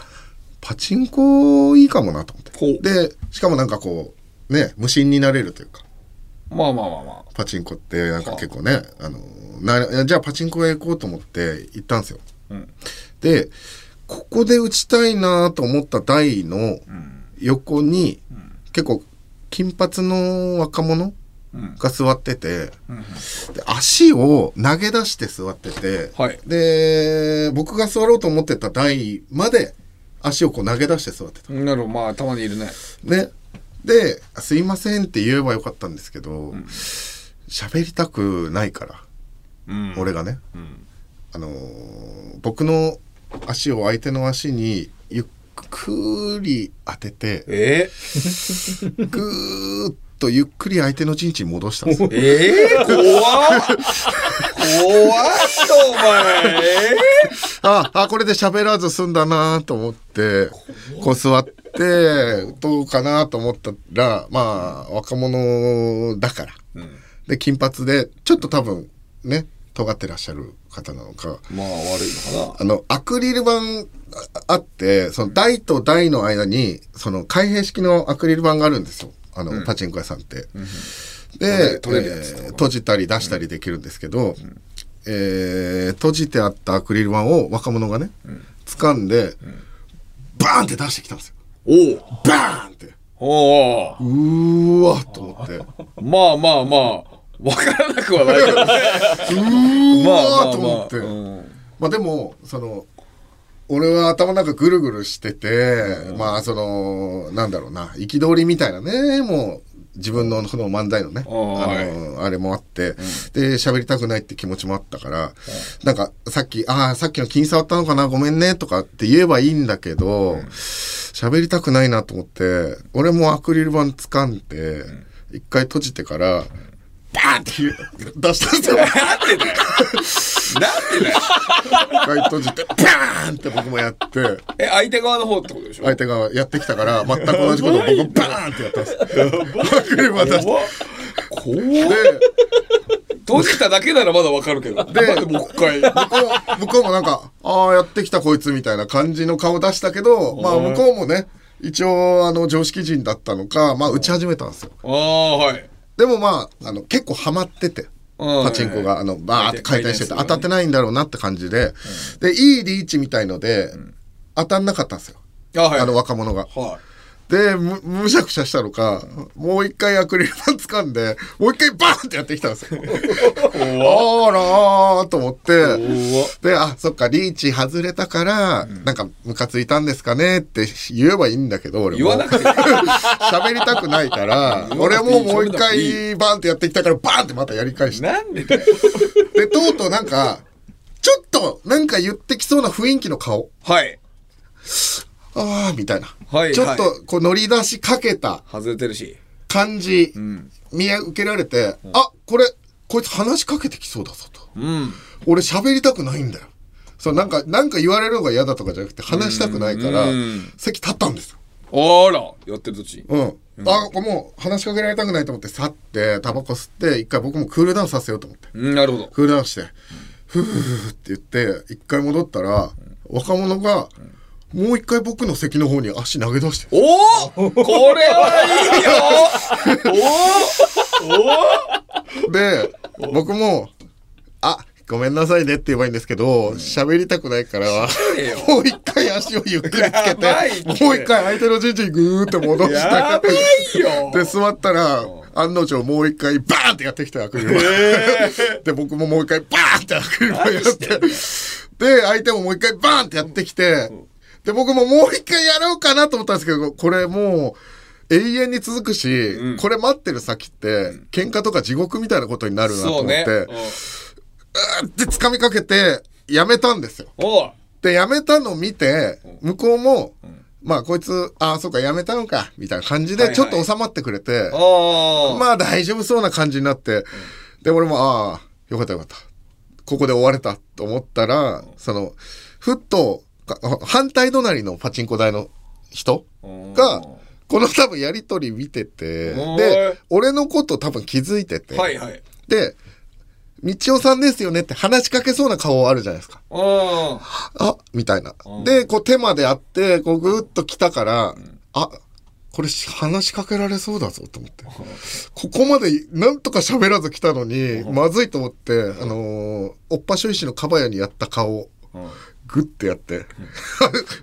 Speaker 3: パチンコいいかもなと思
Speaker 4: ほ
Speaker 3: って。
Speaker 4: う
Speaker 3: で、しかもなんかこう、ね、無心になれるというか、
Speaker 4: まあまあまあま
Speaker 3: パチンコってなんか結構ね、あのなじゃあパチンコへ行こうと思って行ったんですよ。でここで打ちたいなと思った台の横に、結構金髪の若者が座ってて、で足を投げ出して座ってて、
Speaker 4: はい
Speaker 3: で僕が座ろうと思ってた台まで足をこう投げ出して座ってた。
Speaker 4: あ。なるほど、まあたまにいるね。
Speaker 3: ね。で、すいませんって言えばよかったんですけど、喋、りたくないから、俺がね、あのー僕の足を相手の足にゆっくり当てて、
Speaker 4: え
Speaker 3: ぐーっとゆっくり相手の陣地に戻したんですよ
Speaker 4: ええー、怖っ怖っよ、お前。え
Speaker 3: ああ、これで喋らず済んだなと思って、こう座って、どうかなと思ったら、まあ、若者だから。で、金髪で、ちょっと多分、ね、尖ってらっしゃる方なのか。
Speaker 4: ーまあ悪いのか
Speaker 3: あの、アクリル板ああって、その台と台の間に、その開閉式のアクリル板があるんですよ。あの、パチンコ屋さんって。で、
Speaker 4: 取れるやつ
Speaker 3: えー閉じたり出したりできるんですけど、えー閉じてあったアクリル板を若者がね、掴んで、バーンって出してきたんですよ。
Speaker 4: な。
Speaker 3: バーンって。
Speaker 4: おおお
Speaker 3: うーわーと思って。
Speaker 4: まあまあまあ、わからなくはないけ ど
Speaker 3: う
Speaker 4: ね。まあま
Speaker 3: わー
Speaker 4: あ
Speaker 3: と
Speaker 4: ま
Speaker 3: 思
Speaker 4: あ
Speaker 3: って。
Speaker 4: うん。
Speaker 3: まあでも、その、俺は頭の中ぐるぐるしてて、まあその、なんだろうな、憤りみたいなね、もう、自分のこの漫才のね、あの、あれもあって、で、喋りたくないって気持ちもあったから、なんかさっき、ああ、さっきの気に触ったのかな、ごめんね、とかって言えばいいんだけど、喋りたくないなと思って、俺もアクリル板掴んで、一回閉じてから、バーンって言う出したんです よ。
Speaker 4: なんでだよ。
Speaker 3: 一回閉じて、バーンって僕もやって、
Speaker 4: え、相手側の方ってことでしょ
Speaker 3: 相手がやってきたから、全く同じことを僕、バーンってやったんです。アクリル板出して。
Speaker 4: 怖っ閉じただけならまだわかるけど。 で、もう一回。
Speaker 3: 向こう向こうもなんか、ああ、やってきたこいつみたいな感じの顔出したけど、まあ向こうもね、一応、あの、常識人だったのか、まあ打ち始めたんですよ。
Speaker 4: ああ、はい。
Speaker 3: でもまあ、あの、結構ハマってて。
Speaker 4: うん
Speaker 3: パチンコが、あの、バーって回転してて、
Speaker 4: 回
Speaker 3: 当
Speaker 4: 転
Speaker 3: たってないんだろうなって感じで、で、いいリーチみたいので、当たんなかったんですよ。
Speaker 4: あはい。
Speaker 3: あの若者が。
Speaker 4: は
Speaker 3: でむむしゃくしゃしたのか、もう一回アクリル板掴んでもう一回バーンってやってきたんですよ。あらーと思ってであそっかリーチ外れたから、なんかムカついたんですかねって言えばいいんだけど俺
Speaker 4: い。
Speaker 3: も
Speaker 4: 言わなくていい。
Speaker 3: 喋りたくないから
Speaker 4: 言わ
Speaker 3: 俺
Speaker 4: なくていい
Speaker 3: ももう一
Speaker 4: 喋りたく
Speaker 3: 回バーンってやってきたからバーンってまたやり返して
Speaker 4: なんでだよ。
Speaker 3: でとうとうなんかちょっとなんか言ってきそうな雰囲気の顔
Speaker 4: はい。
Speaker 3: ああみたいな、
Speaker 4: はい
Speaker 3: ちょっとこう乗り出しかけた
Speaker 4: 外れてるし。
Speaker 3: 感じ、見受けられて、あ、これ、こいつ話しかけてきそうだぞと。俺喋りたくないんだよ。そう、なんか、なんか言われるのが嫌だとかじゃなくて、話したくないから、席立ったんですよ。
Speaker 4: あら、やってる途中。
Speaker 3: うん。あ、もう話しかけられたくないと思って、去って、タバコ吸って、一回僕もクールダウンさせようと思って。
Speaker 4: うん、なるほど。
Speaker 3: クールダウンして、ふーって言って、一回戻ったら、若者が、もう一回僕の席の方に足投げ出して
Speaker 4: おおこれはいいよ
Speaker 3: で僕も「あごめんなさいね」って言えばいいんですけど喋りたくないからもう一回足をゆっくりつけ
Speaker 4: やばいって
Speaker 3: てもう一回相手の陣地にぐーって戻して
Speaker 4: やばいよ
Speaker 3: で座ったら案の定もう一回バーンってやってきたアクリル板、 で僕ももう一回バーンってアクリル板やってで相手ももう一回バーンってやってきて、で僕ももう一回やろうかなと思ったんですけどこれもう永遠に続くし、これ待ってる先って喧嘩とか地獄みたいなことになるなと
Speaker 4: そ
Speaker 3: 思
Speaker 4: う
Speaker 3: っ
Speaker 4: ね
Speaker 3: て、うーって掴みかけてやめたんですよ。
Speaker 4: うんおう
Speaker 3: でやめたの見て向こうも、まあこいつああそうかやめたのかみたいな感じ
Speaker 4: はい
Speaker 3: で
Speaker 4: はい
Speaker 3: ちょっと収まってくれて、
Speaker 4: ああ
Speaker 3: まあ大丈夫そうな感じになって、で俺もああよかったよかったここで終われたと思ったら、そのふっとか反対隣のパチンコ台の人が、この多分やりとり見てて、
Speaker 4: うん
Speaker 3: で、俺のこと多分気づいてて、
Speaker 4: はいはい
Speaker 3: で、道夫さんですよねって話しかけそうな顔あるじゃないですか。
Speaker 4: うん
Speaker 3: あみたいな。で、こう手まであって、こうぐーっと来たから、あこれし話しかけられそうだぞと思って。ここまでなんとか喋らず来たのに、まずいと思って、あのー、おっぱしょいしのかばやにやった顔、グッてやって、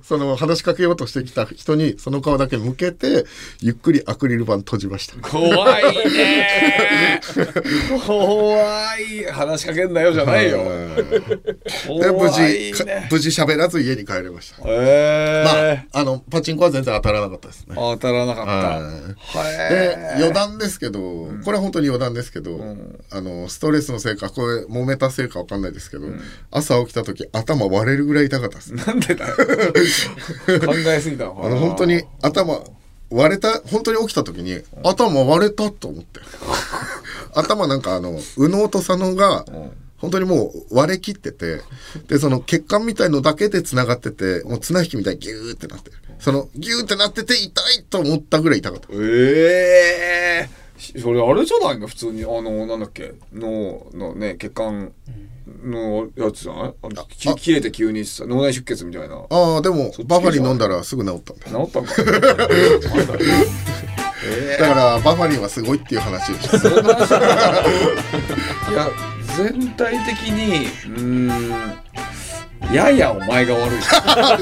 Speaker 3: その話しかけようとしてきた人に、その顔だけ向けて、ゆっくりアクリル板閉じました。
Speaker 4: 怖い ねー怖い話しかけんなよじゃないよ
Speaker 3: で、無
Speaker 4: 怖
Speaker 3: 事、
Speaker 4: い
Speaker 3: か
Speaker 4: ね
Speaker 3: 無事喋らず家に帰れました。
Speaker 4: え
Speaker 3: まあ、あの、パチンコは全然当たらなかったですね。
Speaker 4: ー当たらなかっ
Speaker 3: はい
Speaker 4: た
Speaker 3: で
Speaker 4: へ
Speaker 3: 余談ですけど、これは本当に余談ですけど、あのストレスのせいかこれ揉めたせいかわかんないですけど、朝起きた時頭割れるぐらい痛かったです、
Speaker 4: えなん でだよ考えすぎたのかな
Speaker 3: あの本当に頭割れた本当に起きた時に頭割れたと思って 頭なんかあの右脳と左脳が本当にもう割れ切っててでその血管みたいのだけでつながっててもう綱引きみたいにギューってなってそのギューってなってて痛いと思ったぐらい痛かった
Speaker 4: ええそれあれじゃないの普通にあのなんだっけ脳のね血管のやつじゃないあのき切れて急にさ脳内出血みたいな
Speaker 3: ああでも
Speaker 4: そっちじ
Speaker 3: バ
Speaker 4: ゃない
Speaker 3: ファリン飲んだらすぐ治ったんだ
Speaker 4: 治ったんか
Speaker 3: だからバファリンはすごいっていう話でした。
Speaker 4: いや全体的にうーんややお前が 悪い
Speaker 3: そうだ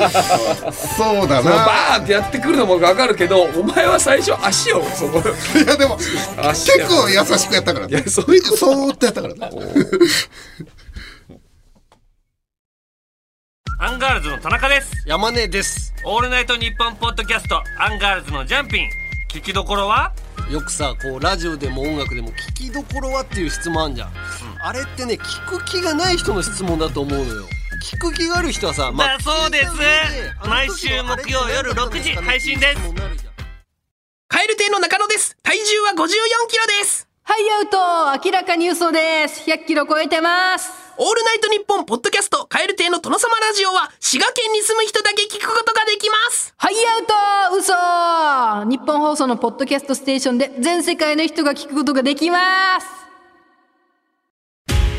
Speaker 4: そのバ
Speaker 3: な。
Speaker 4: ーンってやってくるのも分かるけどお前は最初足をその
Speaker 3: いやでも結
Speaker 4: 足で
Speaker 3: 構優しくやったからね。
Speaker 4: やそういうこ
Speaker 3: そうってやったからね。
Speaker 7: アンガールズの田中です
Speaker 9: 山根です
Speaker 7: オールナイトニッポンポッドキャストアンガールズのジャンピン聞きどころは
Speaker 9: よくさこうラジオでも音楽でも聞きどころはっていう質問あんじゃん、あれってね聞く気がない人の質問だと思うのよ聞く気がある人はさ、
Speaker 7: だそうです毎週木曜夜6時配信です
Speaker 8: カエル亭の中野です体重は5 4キロです
Speaker 10: ハイアウト明らかに嘘です100キロ超えてます
Speaker 8: オールナイトニッポンポッドキャストカエル亭の殿様ラジオは滋賀県に住む人だけ聞くことができます
Speaker 10: ハイアウト嘘日本放送のポッドキャストステーションで全世界の人が聞くことができます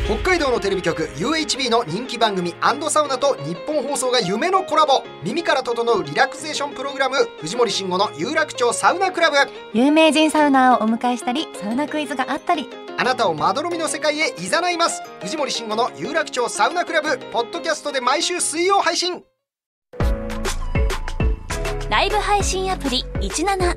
Speaker 11: 北海道のテレビ局 UHB の人気番組「アンドサウナ」と日本放送が夢のコラボ耳から整うリラクゼーションプログラム藤森慎吾の有楽町サウナクラブ
Speaker 10: 有名人サウナーをお迎えしたりサウナクイズがあったり
Speaker 11: あなたをまどろみの世界へいざないます藤森慎吾の有楽町サウナクラブポッドキャストで毎週水曜配信
Speaker 1: ライブ配信アプリ17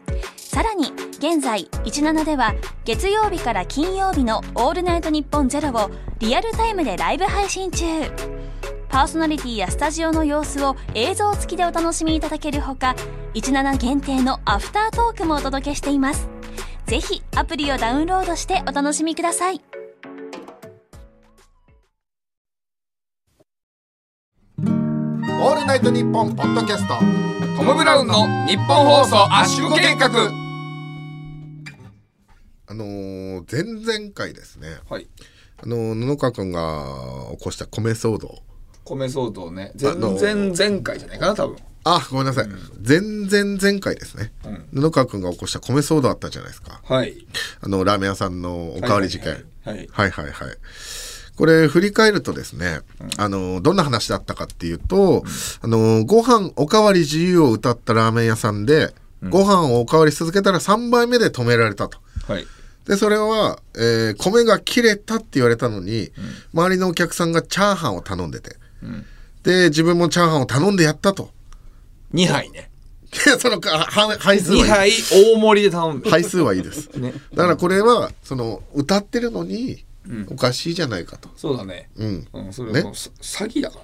Speaker 1: さらに現在17では月曜日から金曜日の「オールナイトニッポンゼロをリアルタイムでライブ配信中パーソナリティやスタジオの様子を映像付きでお楽しみいただけるほか17限定のアフタートークもお届けしていますぜひアプリをダウンロードしてお楽しみください
Speaker 3: オールナイトニッポンポッドキャスト。
Speaker 4: トム・ブラウンの日本放送圧縮計画
Speaker 3: あのー前々回ですね、あのー布川君が起こした米騒動
Speaker 4: 米騒動ね
Speaker 3: あの
Speaker 4: 全然前回じゃないかな多分
Speaker 3: あごめんなさい、前々前回ですね、布川君が起こした米騒動あったじゃないですか
Speaker 4: はい
Speaker 3: あのラーメン屋さんのおかわり事件
Speaker 4: はいは
Speaker 3: はい
Speaker 4: い
Speaker 3: はいはいこれ振り返るとですね、あのどんな話だったかっていうと、あのご飯おかわり自由を歌ったラーメン屋さんで、ご飯をおかわりし続けたら3杯目で止められたと。
Speaker 4: はい
Speaker 3: でそれは、えー米が切れたって言われたのに、周りのお客さんがチャーハンを頼んでて、で自分もチャーハンを頼んでやったと
Speaker 4: 2杯ね
Speaker 3: そのかは配数
Speaker 4: 2
Speaker 3: は
Speaker 4: 杯
Speaker 3: いい
Speaker 4: 大盛りで頼んで
Speaker 3: 配数はいいです
Speaker 4: ね
Speaker 3: だからこれはその歌ってるのに
Speaker 4: うん
Speaker 3: おかしいじゃないかと、
Speaker 4: そうだね
Speaker 3: うん
Speaker 4: うんそれ
Speaker 3: ね
Speaker 4: もうさ詐欺だか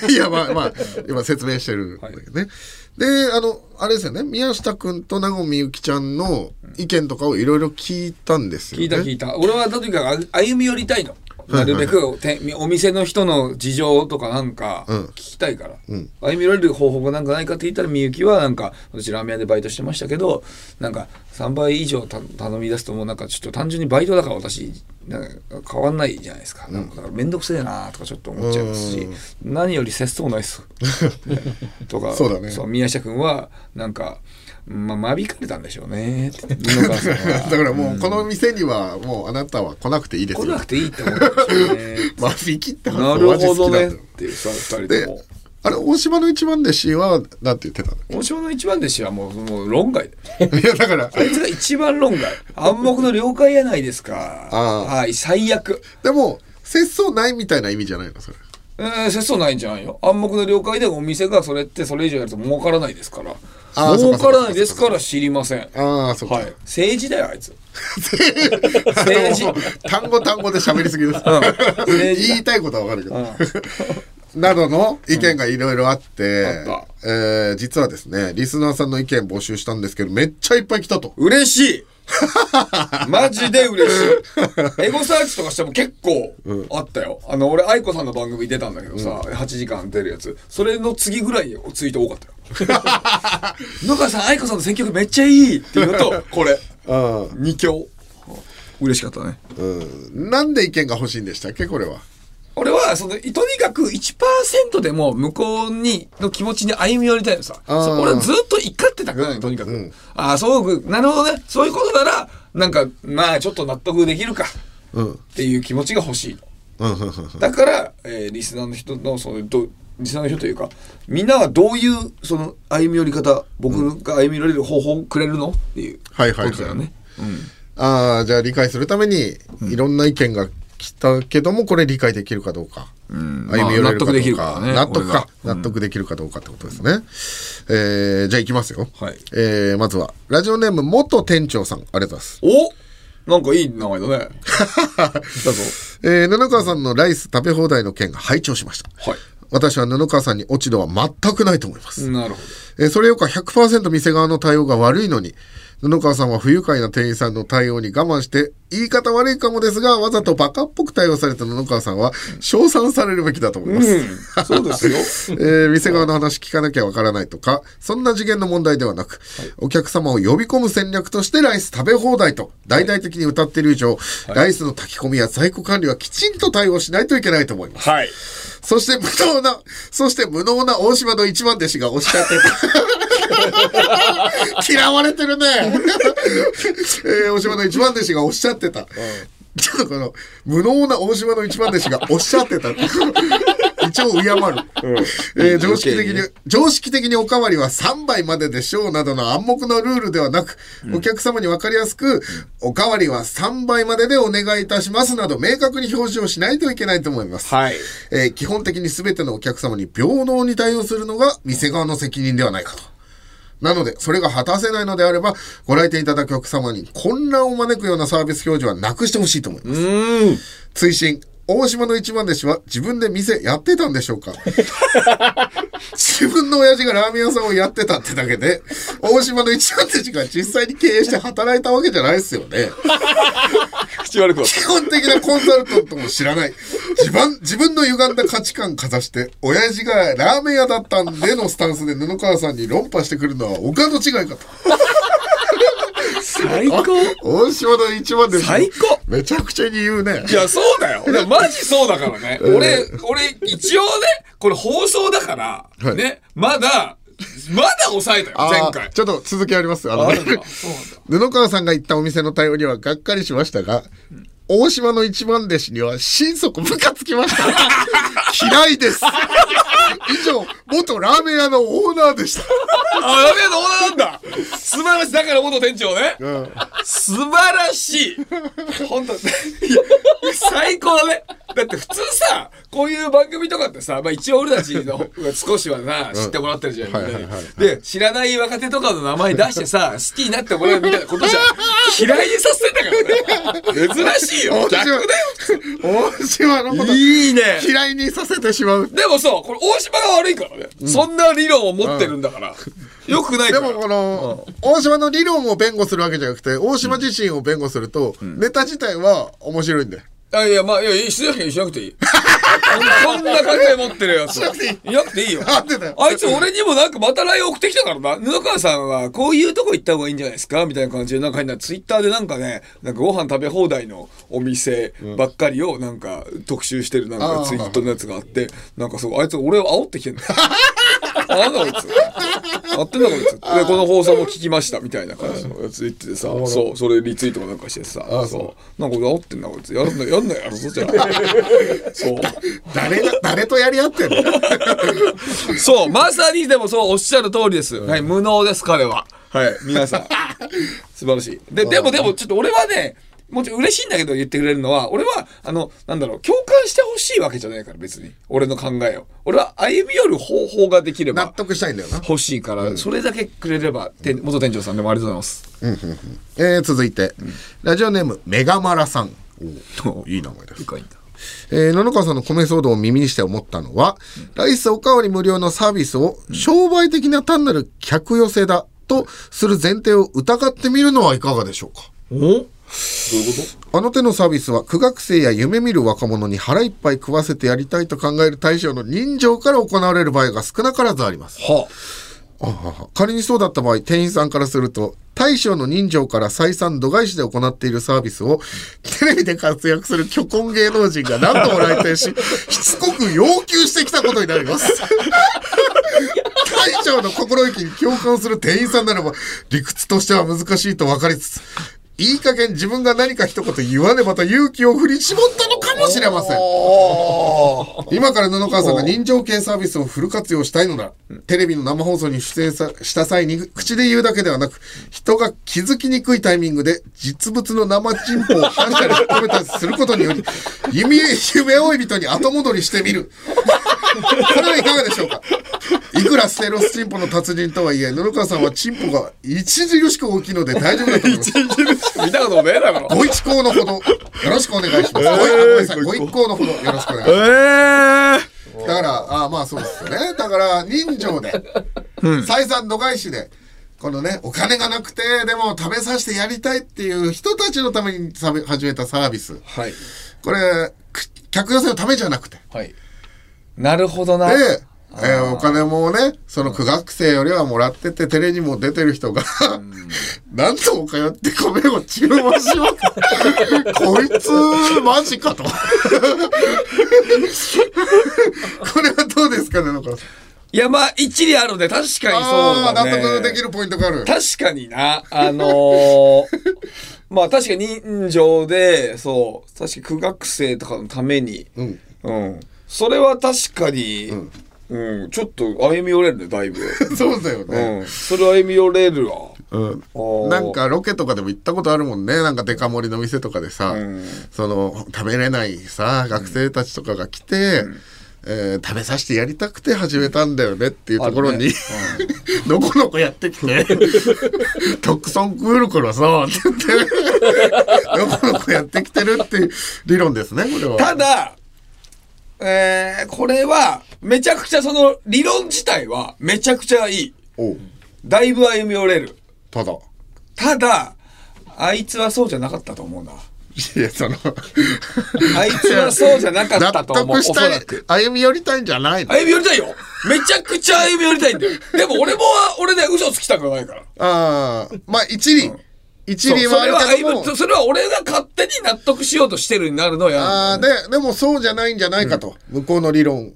Speaker 4: らね
Speaker 3: いやまあまあ今説明してるんだけどね、であのあれですよね宮下君と名古みゆきちゃんの意見とかをいろいろ聞いたんですよ
Speaker 4: 聞
Speaker 3: ね
Speaker 4: いた聞いた俺はとにかく歩み寄りたいのなるべくてお店の人の事情とかなんか
Speaker 3: うん
Speaker 4: 聞きたいから、
Speaker 3: うん
Speaker 4: 歩み寄れる方法がなんかないかって言ったらみゆきはなんか私ラーメン屋でバイトしてましたけどなんか3倍以上た頼み出すともうなんかちょっと単純にバイトだから私なんか変わんないじゃないですかなんかだから面倒くせえなとかちょっと思っちゃいますし何より節操ないっ すとか
Speaker 3: そうだね
Speaker 4: 宮下君はなんか、まあ、間引かれたんでしょ うねって言って布川さんは
Speaker 3: だからもうこの店にはもうあなたは来なくていいですよ
Speaker 4: 来なくていいって思ったんでし ょうね
Speaker 3: まあ引きって発
Speaker 4: な
Speaker 3: 想マ
Speaker 4: る
Speaker 3: ジ
Speaker 4: ほ
Speaker 3: 好
Speaker 4: ど
Speaker 3: きだ
Speaker 4: ね
Speaker 3: っ
Speaker 4: ったていうさ2人
Speaker 3: で
Speaker 4: とも
Speaker 3: あれ大島の一番弟子はなんて言って たの
Speaker 4: 大島の一番弟子はもうもう論外
Speaker 3: いやだから
Speaker 4: あいつが一番論外暗黙の了解やないですかはい最悪
Speaker 3: でも節操ないみたいな意味じゃないのそれ
Speaker 4: えー、節操ないんじゃないよ暗黙の了解でお店がそれってそれ以上やると儲からないですから
Speaker 3: あーそう
Speaker 4: 儲
Speaker 3: か
Speaker 4: からないですから知りません
Speaker 3: ああそうか、
Speaker 4: はい政治だよあいつ
Speaker 3: 政
Speaker 4: 政
Speaker 3: 治
Speaker 4: 治
Speaker 3: 単語単語で喋りすぎです、言いたいことはわかるけど、などの意見がいろいろあって、えー実はですねリスナーさんの意見募集したんですけどめっちゃいっぱい来たと
Speaker 4: 嬉しいマジで嬉しいエゴサーチとかしても結構あったよ、あの俺愛子さんの番組出たんだけどさ、8時間出るやつそれの次ぐらいにツイート多かったよ野川さん愛子さんの選曲めっちゃいいっていうのとこれ二強嬉しかったね
Speaker 3: うんなんで意見が欲しいんでしたっけこれは
Speaker 4: 俺はそのとにかく1%でも向こうにの気持ちに歩み寄りたいのさ
Speaker 3: あー
Speaker 4: そう俺はずっと怒ってたくないのとにかく、ああそうなるほどねそういうことならなんかまあちょっと納得できるか
Speaker 3: うん
Speaker 4: っていう気持ちが欲しいの
Speaker 3: うんうんうん
Speaker 4: だから、えーリスナーの人のそういうどリスナーの人というかみんなはどういうその歩み寄り方僕が歩み寄れる方法をくれるのっていう
Speaker 3: はいはいはい
Speaker 4: ことだよね、
Speaker 3: ああじゃあ理解するためにいろんな意見が来たけども、これ理解できるかどうか、
Speaker 5: うん
Speaker 3: 歩み寄れるかどう
Speaker 5: まあ納
Speaker 3: か、
Speaker 5: 得できるからね
Speaker 3: 納得か
Speaker 5: 俺が
Speaker 3: 納得できるかどうかってことですね、えーじゃあいきますよ、えーまずはラジオネーム元店長さんありがとうございます
Speaker 4: おなんかいい名前だ ねだぞ
Speaker 3: えー布川さんのライス食べ放題の件が拝聴しました、私は布川さんに落ち度は全くないと思います
Speaker 4: なるほ
Speaker 3: えーそれよりか100%店側の対応が悪いのに布川さんは不愉快な店員さんの対応に我慢して言い方悪いかもですがわざとバカっぽく対応された布川さんは称賛されるべきだと思います、
Speaker 4: うんそうです
Speaker 3: よ、 えー店側の話聞かなきゃわからないとかそんな次元の問題ではなく、お客様を呼び込む戦略としてライス食べ放題と大々的に歌っている以上、ライスの炊き込みや在庫管理はきちんと対応しないといけないと思います、
Speaker 4: はい、
Speaker 3: そして無能なそして無能な大島の一番弟子がおっしゃってた 嫌われてるね。えー大島の一番弟子がおっしゃってた。ちょっとこの、無能な大島の一番弟子がおっしゃってた。 一応敬る、えー常識的に、常識的におかわりは3杯まででしょうなどの暗黙のルールではなく、お客様に分かりやすく、おかわりは3杯まででお願いいたしますなど明確に表示をしないといけないと思います。えー基本的に全てのお客様に平等に対応するのが店側の責任ではないかと。なので、それが果たせないのであれば、ご来店いただくお客様に混乱を招くようなサービス表示はなくしてほしいと思います。追伸、大島の一番弟子は自分で店やってたんでしょうか自分の親父がラーメン屋さんをやってたってだけで、大島の一番弟子が実際に経営して働いたわけじゃないですよね。
Speaker 4: 口悪く
Speaker 3: 基本的なコンサルタントも知らない自分自分の歪んだ価値観かざして親父がラーメン屋だったんでのスタンスで布川さんに論破してくるのはお門違いかと
Speaker 4: 最高
Speaker 3: 大島の一番で
Speaker 4: 最高
Speaker 3: めちゃくちゃに言うね
Speaker 4: いや、そうだ よ。いやマジそうだからね。
Speaker 3: うん
Speaker 4: 俺、俺、一応ね、これ放送だから、
Speaker 3: はい
Speaker 4: ね、まだ、まだ抑えたよ、
Speaker 3: あー
Speaker 4: 前回。
Speaker 3: ちょっと続きありますあの
Speaker 4: あ
Speaker 3: ね
Speaker 4: るんだ
Speaker 3: 布川さんが行ったお店の対応にはがっかりしましたが、大島の一番弟子には心底ムカつきました 嫌いです以上元ラーメン屋のオーナーでした
Speaker 4: あ、ラーメン屋のオーナーなんだ素晴らしい。だから元店長ね。素晴らしい。本当いや最高だね。だって普通さ、こういう番組とかってさ、まあ一応俺たちの少しはな、知ってもらってるじゃん。みんなにで、知らない若手とかの名前出してさ、好きになってもらうみたいなことじゃん、嫌いにさせてたからね。珍しいよ。
Speaker 3: 大
Speaker 4: 逆だ
Speaker 3: 島
Speaker 4: よ。
Speaker 3: 大島のこと
Speaker 4: いいね
Speaker 3: 嫌いにさせてしまう
Speaker 4: でもさ、これ大島が悪いからね。そんな理論を持ってるんだから。よくないか
Speaker 3: で
Speaker 4: ら。
Speaker 3: もこの、大島の理論を弁護するわけじゃなくて大島自身を弁護すると、ネタ自体は面白いんで
Speaker 4: あいや、まあ、いや、しなくていい、しなくていい。こんな考え持ってるやつ。
Speaker 3: し なくてい
Speaker 4: いなくていいよ。
Speaker 3: なんでだよ
Speaker 4: あいつ俺にもなんかまた LINE 送ってきたからな。布川さんはこういうとこ行った方がいいんじゃないですかみたいな感じで、なんか変なツイッターでなんかね、なんかご飯食べ放題のお店ばっかりをなんか特集してるなん
Speaker 3: あ
Speaker 4: か
Speaker 3: ー
Speaker 4: ツイートのやつがあって、なんかそう、あいつ俺を煽ってきてんだよ。なんだこいつ。やってんだこいつ。で、この放送も聞きましたみたいな感じのやつ言っててさ、そう、それリツイートかなんかしてさ、そう。なんか俺煽ってんなこいつ。やるんだ、やんなよ、やるぞ、じゃあ。 そう。
Speaker 3: 誰 が誰とやり合ってんの
Speaker 4: そう、まさにでもそうおっしゃる通りです。はい、無能です、彼は。はい、皆さん。素晴らしい。で、でもでも、ちょっと俺はね、もちろん嬉しいんだけど言ってくれるのは、俺は、あの、なんだろう、共感してほしいわけじゃないから、別に。俺の考えを。俺は歩み寄る方法ができれば。
Speaker 3: 納得したいんだよな
Speaker 4: 欲しいから、それだけくれれば、て元店長さんでもありがとうございます。
Speaker 3: えー続いて、ラジオネームメガマラさんいい名前です
Speaker 4: 深いんだ。
Speaker 3: えー、野々川さんの米騒動を耳にして思ったのは、ライスおかわり無料のサービスを商売的な単なる客寄せだとする前提を疑ってみるのはいかがでしょうか
Speaker 4: おどういうこと
Speaker 3: あの手のサービスは苦学生や夢見る若者に腹いっぱい食わせてやりたいと考える対象の人情から行われる場合が少なからずあります。
Speaker 4: は
Speaker 3: ああ仮にそうだった場合店員さんからすると大将の人情から採算度外視で行っているサービスをテレビで活躍する巨根芸能人が何度も来店ししつこく要求してきたことになります大将の心意気に共感する店員さんならば理屈としては難しいと分かりつついい加減自分が何か一言言わねばと勇気を振り絞ったのかもしれません 今から布川さんが人情系サービスをフル活用したいのなら、テレビの生放送に出演さした際に口で言うだけではなく、人が気づきにくいタイミングで実物の生チンポを反射に含めたりすることにより、夢夢追い人に後戻りしてみる。これはいかがでしょうかいくらステロスチンポの達人とはいえ、布川さんはチンポが著しく大きいので大丈夫だと思います。
Speaker 4: あ。見たことねえだろ。
Speaker 3: ご一行のほど、よろしくお願いします。ごいあごめんなさいご一行のほど、よろしくお願いします。
Speaker 4: え
Speaker 3: だから、あまあそうですよね。だから、人情で、採算度外視で、このね、お金がなくて、でも食べさせてやりたいっていう人たちのためにさめ始めたサービス。
Speaker 4: はい。
Speaker 3: これ、く客寄せのためじゃなくて。
Speaker 4: はい。なるほどな。
Speaker 3: で、えーお金もね、その苦学生よりはもらってて、テレにも出てる人が、 何度も通って米を注文しまくって、こいつ、マジ かと。これはどうですかね、なんか。
Speaker 4: いや、まあ、一理あるね。確かにそう
Speaker 3: ああ
Speaker 4: だ
Speaker 3: ー、
Speaker 4: ね。
Speaker 3: 納得できるポイントがある。
Speaker 4: 確かにな、あのー まあ確かに人情で、そう、確かに苦学生とかのために、
Speaker 3: うん。
Speaker 4: うん。それは確かに、うん、ちょっと歩み寄れるね、だいぶ。
Speaker 3: そうだよ
Speaker 4: う
Speaker 3: ね。
Speaker 4: ん。それ歩み寄れるわ。
Speaker 3: うん。
Speaker 4: あー
Speaker 3: なん、かロケとかでも行ったことあるもんねなんかデカ盛りの店とかでさ、その食べれないさ学生たちとかが来て、えー食べさせてやりたくて始めたんだよねっていうところに、 のこのこやってき て「特損食うるからさ」って言ってのこのこやってきてるっていう理論ですねこれは。
Speaker 4: ただ、えー、これは、めちゃくちゃその理論自体はめちゃくちゃいい。
Speaker 3: おう
Speaker 4: だいぶ歩み寄れる。
Speaker 3: ただ
Speaker 4: ただ、あいつはそうじゃなかったと思うな。
Speaker 3: いやその
Speaker 4: あいつはそうじゃなかったと思う。
Speaker 3: 納得した
Speaker 4: おそ
Speaker 3: い
Speaker 4: らく
Speaker 3: 歩み寄りたいんじゃないの
Speaker 4: 歩み寄りたいよめちゃくちゃ歩み寄りたいんだよでも俺もは俺ね嘘つきたくないから
Speaker 3: ああ、まあ一理、一理はあるけども
Speaker 4: そうそれはあいぶそれは俺が勝手に納得しようとしてるになるのや
Speaker 3: あーででもそうじゃないんじゃないかと、向こうの理論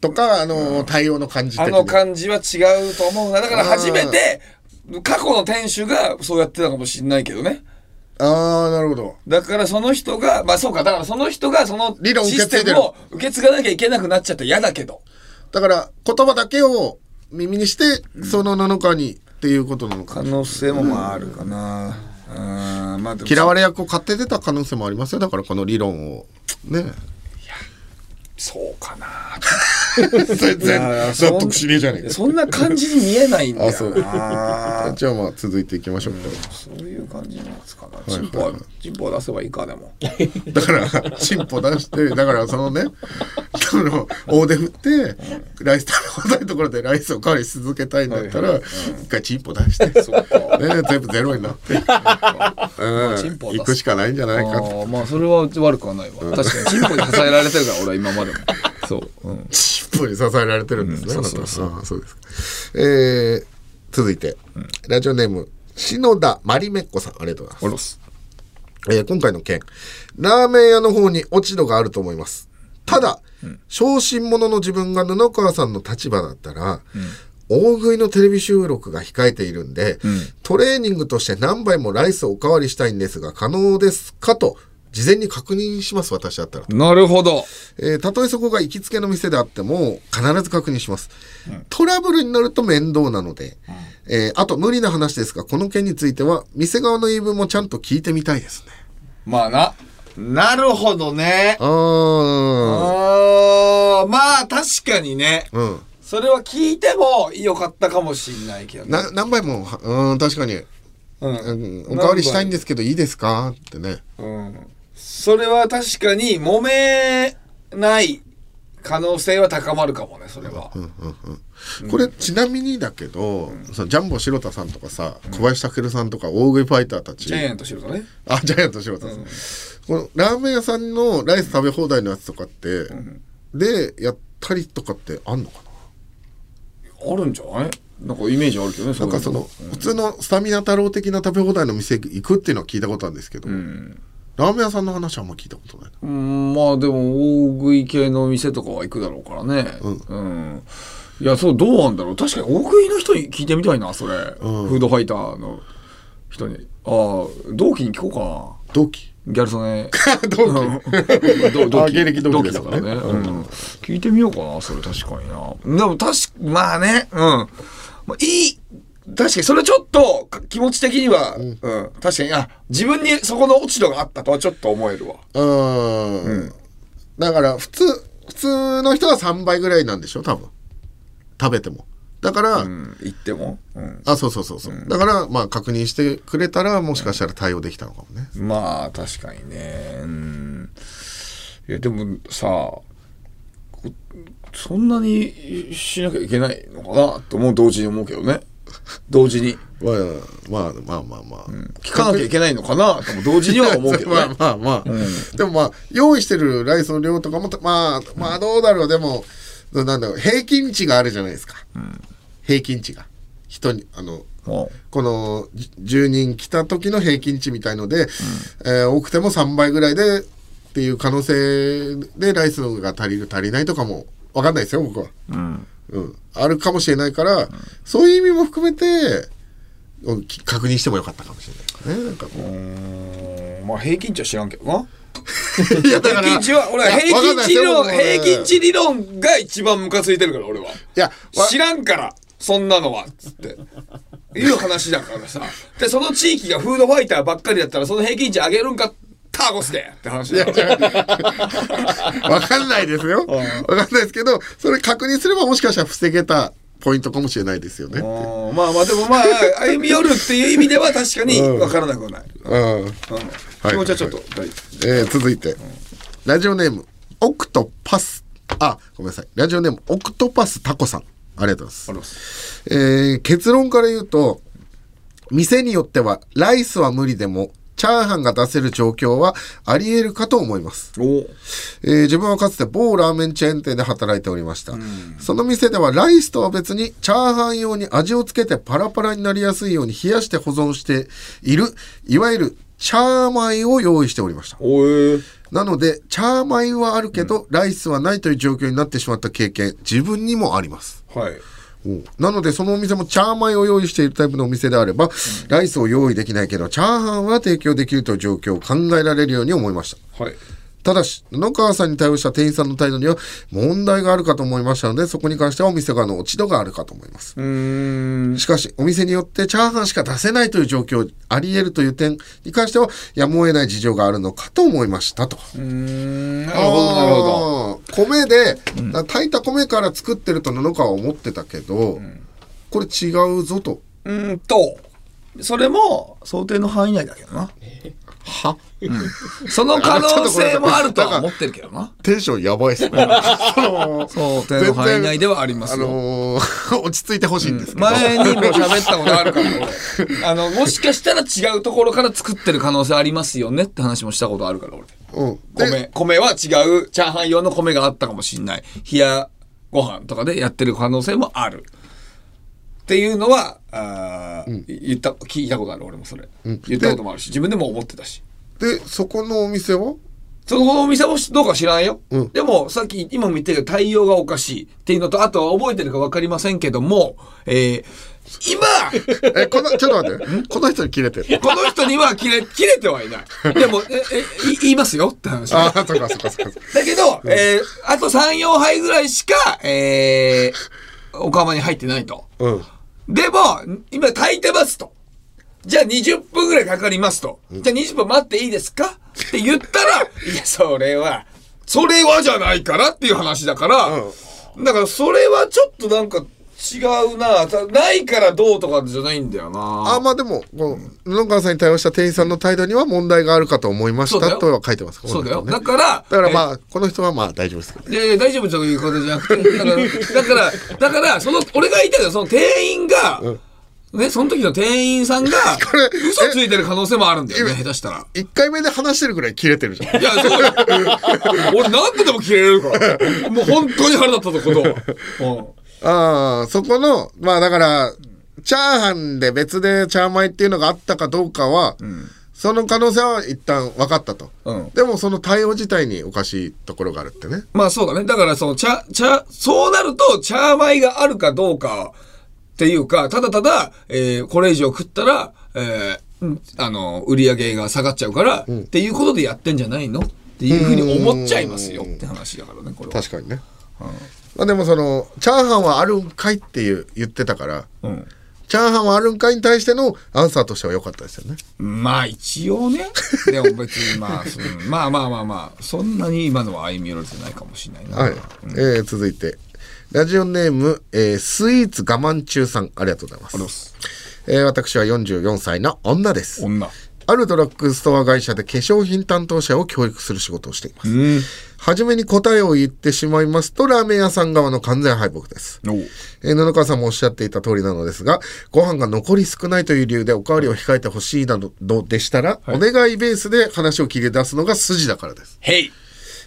Speaker 3: とかあの、対応の感じ的
Speaker 4: あ
Speaker 3: な
Speaker 4: の感じは違うと思うなだから初めて過去の店主がそうやってたかもしれないけどね
Speaker 3: ああなるほど
Speaker 4: だからその人がまあそうかだからその人がその
Speaker 3: 理論を受
Speaker 4: シ
Speaker 3: け継
Speaker 4: ス
Speaker 3: いでる
Speaker 4: テムを受け継がなきゃいけなくなっちゃったら嫌だけど
Speaker 3: だから言葉だけを耳にして、その7日にっていうことなのか
Speaker 4: 可能性もまああるかな、うんまあ、
Speaker 3: 嫌われ役を買って出た可能性もありますよだからこの理論をね
Speaker 4: そうかな
Speaker 3: 全然納得しねえじゃねえか
Speaker 4: そんな感じに見えないんだよ
Speaker 3: あ
Speaker 4: な
Speaker 3: そうじゃあまあ続いていきましょうか
Speaker 4: そういう感じなんですかね
Speaker 3: い
Speaker 4: チンポはチンポを出せばいいかでも
Speaker 3: だから進歩出してだからそのねその大手振ってライス食べ放題のところでライスを管理し続けたいんだったら一回チンポ出してね全部ゼロになってうん行くしかないんじゃないかと
Speaker 5: あーまあそれは悪くはないわ、確かにチンポに支えられてるから俺は今まで もそう、うん、
Speaker 3: チンポに支えられてるんですね、
Speaker 5: うん
Speaker 3: あなた
Speaker 5: そうそうそう
Speaker 3: ああそうですかえー続いて、ラジオネーム篠田まりめっこさんありがとうございますえー今回の件ラーメン屋の方に落ち度があると思いますただ、小心者の自分が布川さんの立場だったら、大食いのテレビ収録が控えているんで、トレーニングとして何杯もライスおかわりしたいんですが可能ですかと事前に確認します私だったら
Speaker 5: なるほど
Speaker 3: えーたとえそこが行きつけの店であっても必ず確認します、トラブルになると面倒なので、えーあと無理な話ですがこの件については店側の言い分もちゃんと聞いてみたいですね
Speaker 4: まあななるほどね
Speaker 3: あ
Speaker 4: あーまあ確かにね
Speaker 3: ーうん
Speaker 4: それは聞いてもよかったかもしんないけどね
Speaker 3: な何杯もはうん確かに、うんおかわりしたいんですけどいいですかってね
Speaker 4: うんそれは確かに揉めない可能性は高まるかもねそれは、
Speaker 3: これちなみにだけど、そのジャンボ城田さんとかさ小林武さんとか大食いファイターたち、
Speaker 4: ジャイアント白とね
Speaker 3: あジャイアント白田さん、このラーメン屋さんのライス食べ放題のやつとかって、でやったりとかってあんのか
Speaker 4: あるんじゃないなんかイメージあるけどね
Speaker 3: ななんかその、普通のスタミナ太郎的な食べ放題の店行くっていうのは聞いたことあるんですけど、ラーメン屋さんの話はあんま聞いたことない
Speaker 5: うんまあでも大食い系の店とかは行くだろうからねうん、いやそうどうなんだろう確かに大食いの人に聞いてみたいなそれ、フードファイターの人にああ同期に聞こうかな
Speaker 3: 同期
Speaker 5: ギャル曽根
Speaker 3: 同期
Speaker 5: 同
Speaker 3: あ
Speaker 5: 同期
Speaker 3: 芸歴同
Speaker 5: 同
Speaker 3: 期で
Speaker 5: 期
Speaker 3: す
Speaker 5: だ
Speaker 3: か
Speaker 5: からら
Speaker 3: ね
Speaker 5: ね、うん、聞いてみようかなそれ確かになでも確かまあねうんま
Speaker 4: あいい確かにそれちょっとか気持ち的には、うん確かにあ自分にそこの落ち度があったとはちょっと思えるわ
Speaker 3: うーんだから普通普通の人は3倍ぐらいなんでしょ多分食べてもだから、
Speaker 4: 言っても、うん
Speaker 3: あそうそうそうそう、だからまあ確認してくれたらもしかしたら対応できたのかもね、
Speaker 4: まあ確かにねうんいやでもさこそんなにしなきゃいけないのかなとも同時に思うけどね同時に
Speaker 3: まあまあまあまあまあ、
Speaker 4: 聞かなきゃいけないのかなとも同時には思うけ どね
Speaker 3: まあまあまあ、でもまあ用意してるライスの量とかもまあまあどうだろうでもなんだろう平均値があるじゃないですか、平均値が人にあの
Speaker 5: あ
Speaker 3: このじ10人来た時の平均値みたいので、えー多くても3倍ぐらいでっていう可能性でライスのが足りる足りないとかも分かんないですよ僕は、
Speaker 5: うん
Speaker 3: うん、あるかもしれないから、そういう意味も含めてうんき確認してもよかったかもしれないねなんかこう
Speaker 4: まあ平均値は知らんけどな
Speaker 3: いやだから
Speaker 4: 平均値は俺はい
Speaker 3: や
Speaker 4: 平
Speaker 3: わかんないで
Speaker 4: 均値
Speaker 3: す
Speaker 4: 理
Speaker 3: よ
Speaker 4: 論
Speaker 3: 僕もね
Speaker 4: 平均値理論が一番ムカついてるから俺はい
Speaker 3: やわ
Speaker 4: 知らんからそんなのはつっていう話だからさでその地域がフードファイターばっかりだったらその平均値上げるんかターゴスでって話だよ
Speaker 3: わかんないですよ。わかんないですけど、それ確認すればもしかしたら防げたポイントかもしれないですよね。
Speaker 4: うんまあまあでもまあ歩み寄るっていう意味では確かに分からなくはない、
Speaker 3: うん。
Speaker 4: うん、気持ちはちょっと大事
Speaker 3: えー続いて、ラジオネーム、オクトパス、あ、ごめんなさい。ラジオネーム、オクトパスタコさん。ありがとうございます。えー結論から言うと、店によってはライスは無理でもチャーハンが出せる状況はあり得るかと思います、えー自分はかつて某ラーメンチェーン店で働いておりました、その店ではライスとは別にチャーハン用に味をつけてパラパラになりやすいように冷やして保存しているいわゆるチャーマイを用意しておりましたなのでチャーマイはあるけど、ライスはないという状況になってしまった経験自分にもあります
Speaker 4: はい
Speaker 3: おうなのでそのお店もチャーマイを用意しているタイプのお店であれば、ライスを用意できないけどチャーハンは提供できるという状況を考えられるように思いました、
Speaker 4: はい
Speaker 3: ただし布川さんに対応した店員さんの態度には問題があるかと思いましたのでそこに関してはお店側の落ち度があるかと思いますしかしお店によってチャーハンしか出せないという状況あり得るという点に関してはやむを得ない事情があるのかと思いましたと
Speaker 4: なるほどなるほど
Speaker 3: ど米で、だから炊いた米から作ってると布川は思ってたけど、これ違うぞと
Speaker 4: うーんとそれも想定の範囲内だけどなは、うんその可能性もあるとは思ってるけどな
Speaker 3: テンションやばいっすね
Speaker 4: 想定の範囲内ではありますよ、
Speaker 3: 落ち着いてほしいんですけど、
Speaker 4: 前にも喋ったことあるから俺あのもしかしたら違うところから作ってる可能性ありますよねって話もしたことあるから俺
Speaker 3: うん、
Speaker 4: 米米は違うチャーハン用の米があったかもしんない冷やご飯とかでやってる可能性もあるっていうのはあー、言った聞いたことある俺もそれ、言ったこともあるし自分でも思ってたし
Speaker 3: でそこのお店は
Speaker 4: そこのお店もどうか知らんよ、でもさっき今も言ったけど対応がおかしいっていうのとあとは覚えてるか分かりませんけども、えー今
Speaker 3: えこのちょっと待ってこの人に切れてる
Speaker 4: この人には切れ切れてはいないでもええい言いますよって話
Speaker 3: ああそうかそうかそうか
Speaker 4: だけど、えーあと3、4杯ぐらいしか、えー、お釜に入ってないと。
Speaker 3: うん
Speaker 4: でも、今炊いてますと。じゃあ20分ぐらいかかりますと。じゃあ20分待っていいですかって言ったら、 いや、それは、それはじゃないからっていう話だから、だからそれはちょっとなんか違うな。たないからどうとかじゃないんだよな。
Speaker 3: あまあでもこの布川さんに対応した店員さんの態度には問題があるかと思いま
Speaker 4: そ
Speaker 3: し
Speaker 4: うだ
Speaker 3: た
Speaker 4: よ
Speaker 3: とは書いてます
Speaker 4: そうだよ。
Speaker 3: この
Speaker 4: だ
Speaker 3: 人ね
Speaker 4: から、
Speaker 3: だからまあこの人はまあ大丈夫ですけど
Speaker 4: いやいや大丈夫ということじゃなくてだからだからだからその俺が言いたいのはその店員が、ねその時の店員さんが嘘ついてる可能性もあるんだよね下手したら
Speaker 3: 1回目で話してるぐらい切れてるじゃん
Speaker 4: いやそうよ 俺何度でも切れるからもう本当に腹立ったことは
Speaker 3: ああ、そこの、まあだから、チャーハンで別でチャーマイっていうのがあったかどうかは、その可能性は一旦分かったと。
Speaker 4: うん、うん
Speaker 3: でもその対応自体におかしいところがあるってね。
Speaker 4: まあそうだね。だからその、チャ、チャ、そうなると、チャーマイがあるかどうかっていうか、ただただ、えーこれ以上食ったら、えーうんあの、売り上げが下がっちゃうから、っていうことでやってんじゃないのっていうふうに思っちゃいますよって話だからね、これは。
Speaker 3: 確かにね。まあでもその、チャーハンはあるんかいっていう言ってたから、
Speaker 4: うん
Speaker 3: チャーハンはあるんかいに対してのアンサーとしては良かったですよね。
Speaker 4: まあ一応ね。でも別にまあ、 そのまあまあまあまあ、そんなに今のは歩み寄られてないかもしれないな。
Speaker 3: はい。えー続いて。ラジオネーム、えースイーツ我慢中さん、ありがとうございます。えー私は44歳の女です。
Speaker 4: 女。
Speaker 3: あるドラッグストア会社で化粧品担当者を教育する仕事をしています。初めに答えを言ってしまいますと、ラーメン屋さん側の完全敗北です。
Speaker 4: おう
Speaker 3: えー、布川さんもおっしゃっていた通りなのですが、ご飯が残り少ないという理由でおかわりを控えてほしいなどでしたら、お願いベースで話を切り出すのが筋だからです。
Speaker 4: へい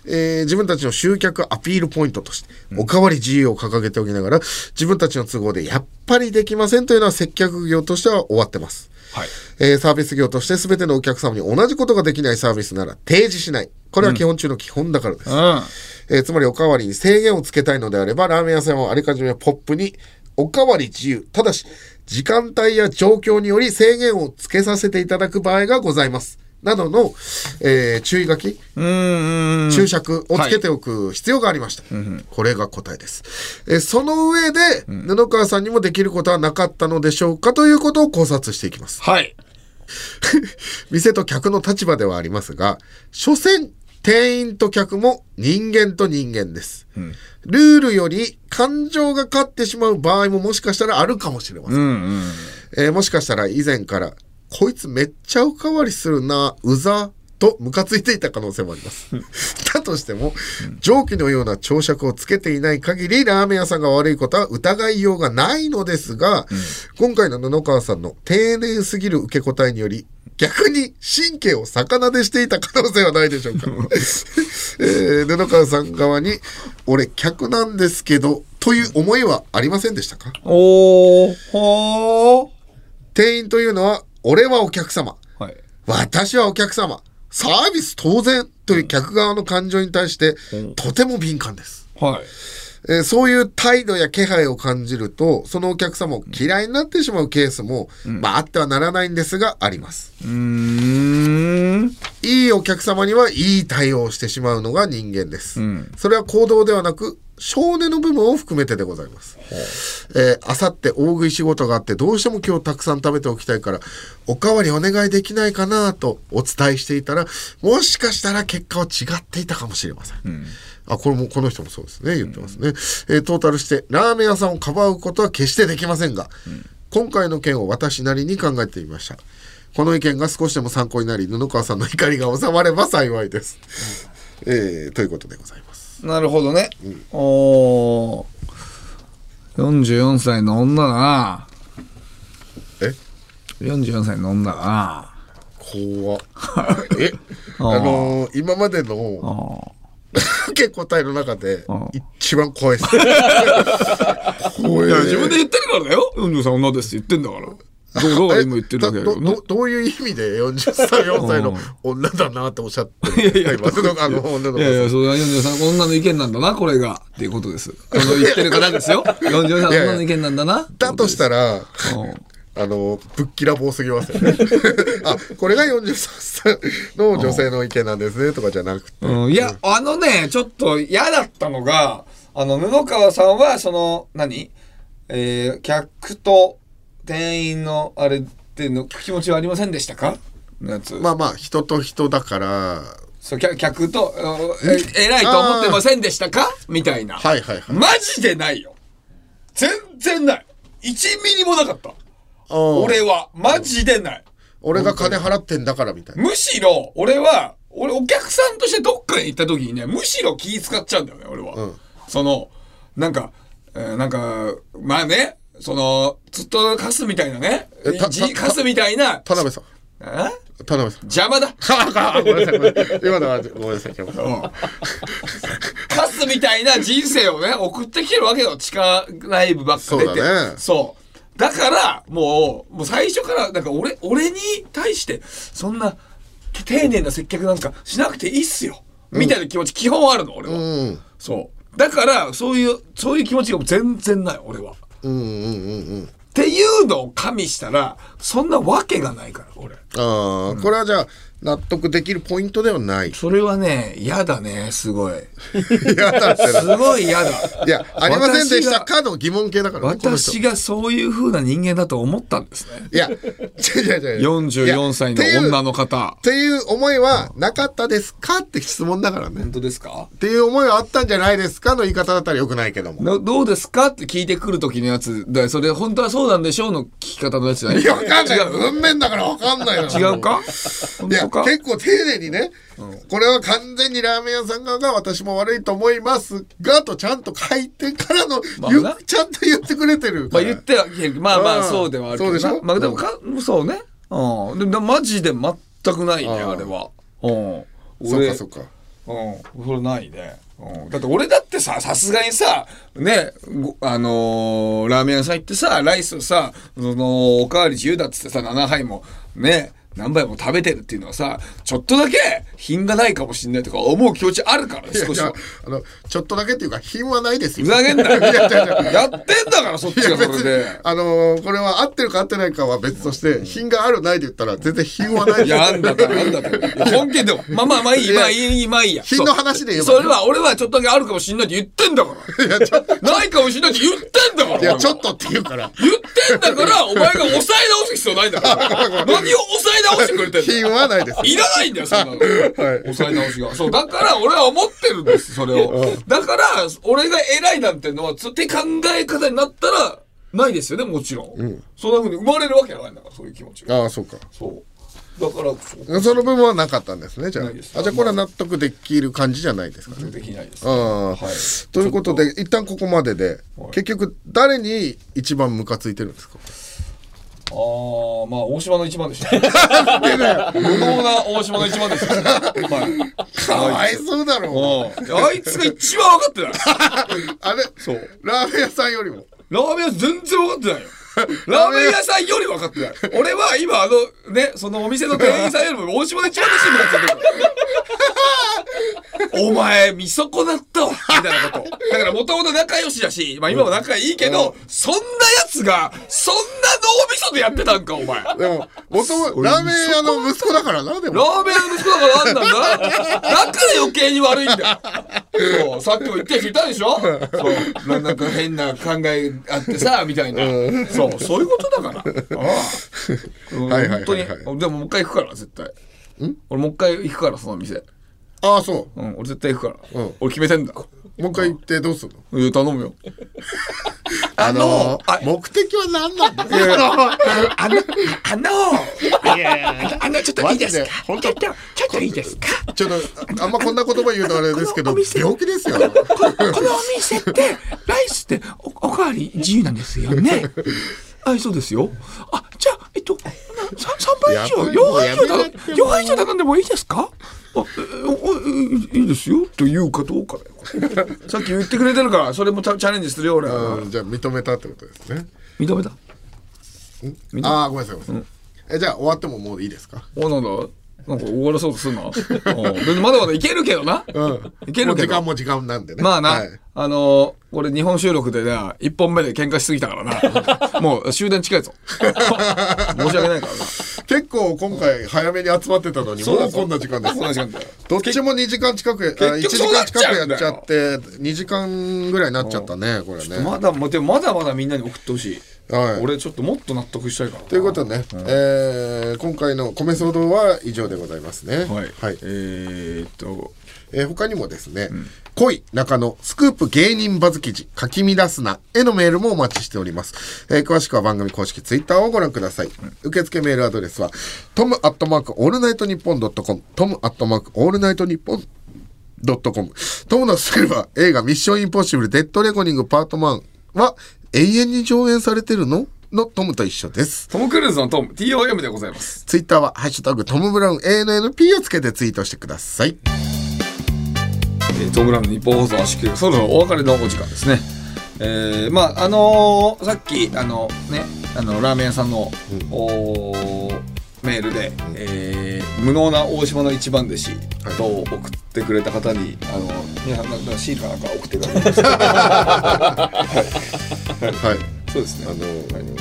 Speaker 3: えー自分たちの集客アピールポイントとして、おかわり自由を掲げておきながら、自分たちの都合でやっぱりできませんというのは接客業としては終わってます。
Speaker 4: はい。
Speaker 3: えーサービス業として全てのお客様に同じことができないサービスなら提示しない。これは基本中の基本だからです。
Speaker 4: うん。
Speaker 3: えーつまりおかわりに制限をつけたいのであれば、ラーメン屋さんはありかじめポップに、おかわり自由。ただし、時間帯や状況により制限をつけさせていただく場合がございます。などの、えー注意書き
Speaker 4: うーん。
Speaker 3: 注釈をつけておく必要がありました、これが答えですえその上で、布川さんにもできることはなかったのでしょうかということを考察していきます
Speaker 4: はい。
Speaker 3: 店と客の立場ではありますが所詮店員と客も人間と人間です、ルールより感情が勝ってしまう場合ももしかしたらあるかもしれません、えーもしかしたら以前から「こいつめっちゃおかわりするなうざ」とムカついていた可能性もありますだとしても蒸気のような朝食をつけていない限りラーメン屋さんが悪いことは疑いようがないのですが、今回の布川さんの丁寧すぎる受け答えにより逆に神経を逆なでしていた可能性はないでしょうか、 えー布川さん側に「俺客なんですけど」という思いはありませんでしたか
Speaker 4: おーほー
Speaker 3: 店員というのは俺はお客様、私はお客様サービス当然という客側の感情に対して、とても敏感です、
Speaker 4: はい
Speaker 3: えーそういう態度や気配を感じるとそのお客様を嫌いになってしまうケースも、まああってはならないんですがあります
Speaker 4: うーん
Speaker 3: いいお客様にはいい対応をしてしまうのが人間です、
Speaker 4: ん
Speaker 3: それは行動ではなく少年の部分を含めてでございますえーあさって大食い仕事があってどうしても今日たくさん食べておきたいからおかわりお願いできないかなとお伝えしていたらもしかしたら結果は違っていたかもしれません、あこれもこの人もそうですね言ってますね、えートータルしてラーメン屋さんをかばうことは決してできませんが、今回の件を私なりに考えてみましたこの意見が少しでも参考になり布川さんの怒りが収まれば幸いです、えーということでございます
Speaker 4: なるほどね、おー44歳の女だな
Speaker 3: え
Speaker 4: 44歳の女だな
Speaker 3: 怖 っえあのー今までの受け答えの中で一番怖い です怖
Speaker 4: い
Speaker 3: い
Speaker 4: や自分で言ってるからだよ44歳女ですって言ってんだから どうだから今言ってるだけだけどね
Speaker 3: どどういう意味で40歳4歳の女だなっておっしゃってるんですか今そ のあの女の子
Speaker 4: いやいや、それは43歳の女の意見なんだな、これが。っていうことです。この言ってる方 ですよ。44歳の女の意見なんだな。
Speaker 3: だとしたらあのぶっきらぼうすぎますよ ねあこれが43歳の女性の意見なんですねとかじゃなくて
Speaker 4: うん、いや、あのね、ちょっと嫌だったのが、あの、布川さんは、その、何えー、客と店員の、あれっていうの、気持ちはありませんでしたかのやつ。
Speaker 3: まあまあ人と人だから
Speaker 4: そう、客客と、うんえ偉いと思ってませんでしたかみたいな。
Speaker 3: はいはいはい
Speaker 4: マジでないよ。全然ない。1ミリもなかった。俺は、マジでない。
Speaker 3: 俺が金払ってんだからみたいな
Speaker 4: むしろ、俺は、俺お客さんとしてどっかに行った時にね、むしろ気使っちゃうんだよね、俺は。その、なんか、えーなんか、まあね、その、ずっとカスみたいなね
Speaker 3: え、た
Speaker 4: じ
Speaker 3: た
Speaker 4: カスみたいな、
Speaker 3: 田辺さん
Speaker 4: え
Speaker 3: 田辺さん
Speaker 4: 邪魔だ。
Speaker 3: あごめんなさいごめんなさい今のはごめんなさい今のは
Speaker 4: カスみたいな人生をね、送ってきてるわけよ。地下ライブばっか出て。
Speaker 3: そうだね
Speaker 4: そうだから、もう、もう最初から、なんか俺、俺に対して、そんな、丁寧な接客なんかしなくていいっすよ。みたいな気持ち、基本あるの、俺は。
Speaker 3: うん
Speaker 4: そう。だから、そういう、そういう気持ちが全然ない、俺は。っ
Speaker 3: うんうんうんうん
Speaker 4: ていうのを加味したら、そんなわけがないから、俺。
Speaker 3: ああこれはじゃあ納得できるポイントではない
Speaker 4: それはね、嫌だね、すごい。
Speaker 3: やだって
Speaker 4: すごい嫌だ。
Speaker 3: いやありませんでしたかの疑問形だからねこの人
Speaker 4: 私がそういう風な人間だと思ったんですね。
Speaker 3: いや違う違う違う
Speaker 4: 44歳の女
Speaker 3: の
Speaker 4: の方。
Speaker 3: っていう思いはなかったですかって質問だからね
Speaker 4: 本当ですか
Speaker 3: っていう思いはあったんじゃないですかの言い方だったらよくないけども
Speaker 4: どどうですかって聞いてくる時のやつだよそれ本当はそうなんでしょうの聞き方のやつじゃない
Speaker 3: いやわかんない
Speaker 4: 違
Speaker 3: 文面だからわかんないの
Speaker 4: う違うか本
Speaker 3: いや
Speaker 4: 当か
Speaker 3: 結構丁寧にね、これは完全にラーメン屋さん側が私も悪いと思いますがとちゃんと書いてからの、
Speaker 4: まあ
Speaker 3: ゆ
Speaker 4: な
Speaker 3: ちゃんと言ってくれてる
Speaker 4: ま
Speaker 3: か
Speaker 4: あ
Speaker 3: ら
Speaker 4: 言ってはいるまあまあ
Speaker 3: うん
Speaker 4: そうではあるけどな
Speaker 3: そうでしょ
Speaker 4: まあでもか、そうね。うん。でもマジで全くないね、
Speaker 3: うん
Speaker 4: あれは。うん。
Speaker 3: そう
Speaker 4: 俺
Speaker 3: かそうか
Speaker 4: うん、それないね。うん、だって俺だってさ、さすがにさ、ね、ごあのーラーメン屋さん行ってさ、ライスをさ、その、おかわり自由だっつってさ、7杯もね、何杯も食べてるっていうのはさ、ちょっとだけ品がないかもしんないとか思う気持ちあるからね、
Speaker 3: いや
Speaker 4: 少
Speaker 3: い
Speaker 4: し
Speaker 3: や
Speaker 4: は。
Speaker 3: あのちょっとだけっていうか品はないですよ
Speaker 4: ふざけんなよ。
Speaker 3: いやいやいや
Speaker 4: やってんだから、そっち
Speaker 3: いや
Speaker 4: が
Speaker 3: 別
Speaker 4: そ
Speaker 3: に
Speaker 4: れで。
Speaker 3: あのーこれは合ってるか合ってないかは別として品があるないで言ったら全然品は ない
Speaker 4: いや、あんだって、あんだって。本気でも、まあまあまあいい、まあいい、まあいいや。
Speaker 3: 品の話で言えば
Speaker 4: そうそれは、俺はちょっとだけあるかもしんないって言ってんだから。
Speaker 3: いやちょ
Speaker 4: ないかもしんないって言ってんだから。
Speaker 3: いやちょっとって言うから
Speaker 4: 言ってんだから、お前が抑え直す必要ないん だから。何を抑え直してくれてんだ
Speaker 3: 品はない です
Speaker 4: いらないんだよ、そんなの。抑え直しが。そう、だから俺は思ってるんです、それを。だから、俺が偉いなんてのは、つって考え方になったら、ないですよね、もちろん。そんな風に生まれるわけないんだから、そういう気持ちが。
Speaker 3: ああそうか
Speaker 4: そう。だから
Speaker 3: その部分はなかったんですねじゃああじゃあこれは納得できる感じじゃないですかね。
Speaker 4: できないです
Speaker 3: ああ、ということで一旦ここまでで、結局誰に一番ムカついてるんですか
Speaker 4: ああまあ大島の一番でした。 無能な大島の一番でした。
Speaker 3: かわいそうだろ
Speaker 4: うんあいつが一番分かってない。
Speaker 3: あれ
Speaker 4: そう。
Speaker 3: ラーメン屋さんよりも
Speaker 4: ラーメン屋全然分かってないよ。ラーメン屋さんより分かってない。俺は今あのね、そのお店の店員さんよりも大島の一番のシーンがついてる。お前見損なったわみたいなこと。だからもともと仲良しだし、まあ今も仲いいけど、そんなやつが、そんな脳みそでやってたんか、お前。
Speaker 3: でも元々ラーメン屋の息子だからなでも
Speaker 4: ラーメン屋の息子だからなんなんだだから余計に悪いんだよそうさっきも言ってる人いたでしょそうななんか変な考えあってさみたいな、そうそういうことだからああ、うん
Speaker 3: はいはいはいはい
Speaker 4: 本当に俺でももう一回行くから絶対俺もう一回行くからその店
Speaker 3: ああそう
Speaker 4: うん俺絶対行くから、俺決めてんだ
Speaker 3: もう一回行ってどうするの
Speaker 4: うん頼むよ
Speaker 3: あの目的は何なんだ
Speaker 4: いやいや
Speaker 3: あの
Speaker 4: あのあのちょっといいですかちょっとちょっといいですか
Speaker 3: ちょっとあんまこんな言葉言うとあれですけど病気ですよ
Speaker 12: こ のお店ってライスっておおかわり自由なんですよ ね
Speaker 4: あそうですよ
Speaker 12: あじゃあえっとなさ3杯以上
Speaker 4: やばい
Speaker 12: 4杯以上
Speaker 4: もう
Speaker 12: 頼
Speaker 4: やめて
Speaker 12: 4杯以上頼んでもいいですか
Speaker 4: おおいいいいですよというかどうかだよさっき言ってくれてるからそれもチャチャレンジするよ俺は
Speaker 3: じゃあ認めたってことですね
Speaker 4: 認めためた
Speaker 3: ああごめんなさいごめんなさいえじゃあ終わってももういいですか
Speaker 4: おなんだなんか終わらそう とすんなうん別にまだまだいけるけどな、いけるけど
Speaker 3: もう時間も時間なんでね
Speaker 4: まあな、
Speaker 3: はい
Speaker 4: あのーこれ日本収録でな1本目で喧嘩しすぎたから なもう終電近いぞ申し訳ないからな
Speaker 3: 結構今回早めに集まってたのにも
Speaker 4: そうだ
Speaker 3: うこんな時間です
Speaker 4: そうこんな時間だよ
Speaker 3: どっちも2時間近くあ1時
Speaker 4: 結局そうな
Speaker 3: 間
Speaker 4: っち
Speaker 3: 近
Speaker 4: ゃうん
Speaker 3: くや
Speaker 4: だよ
Speaker 3: っちゃって2時間ぐらいになっちゃったねこれ ね
Speaker 4: まだまでもまだまだみんなに送ってほしい、
Speaker 3: はい
Speaker 4: 俺ちょっともっと納得したいから
Speaker 3: ということでね、えー今回の米騒動は以上でございますね。はい。
Speaker 4: えー、っと、
Speaker 3: えー他にもですね、恋中野スクープ芸人バズ記事書き乱すなへのメールもお待ちしております。えー詳しくは番組公式ツイッターをご覧ください。受付メールアドレスは、トムアットマークオールナイトニッポンドットコム、トムアットマークオールナイトニッポンドットコム。トムのスクールは映画ミッションインポッシブルデッドレコニングパート1は永遠に上演されてるののトムと一緒です。
Speaker 4: トム・クルーズのトム TOM でございます
Speaker 3: ツイッターは、ハッシュタグトムブラウン ANNP をつけてツイートしてください。
Speaker 4: えートム・ブラウンの日本放送足球そろそろお別れのお時間ですねえーまああのーさっきあのねあのラーメン屋さんの、おーメールで、えー無能な大島の一番弟子と送ってくれた方に、あの皆さんなんかシールかなんか送ってください
Speaker 3: はい。
Speaker 4: そうですね。
Speaker 3: あ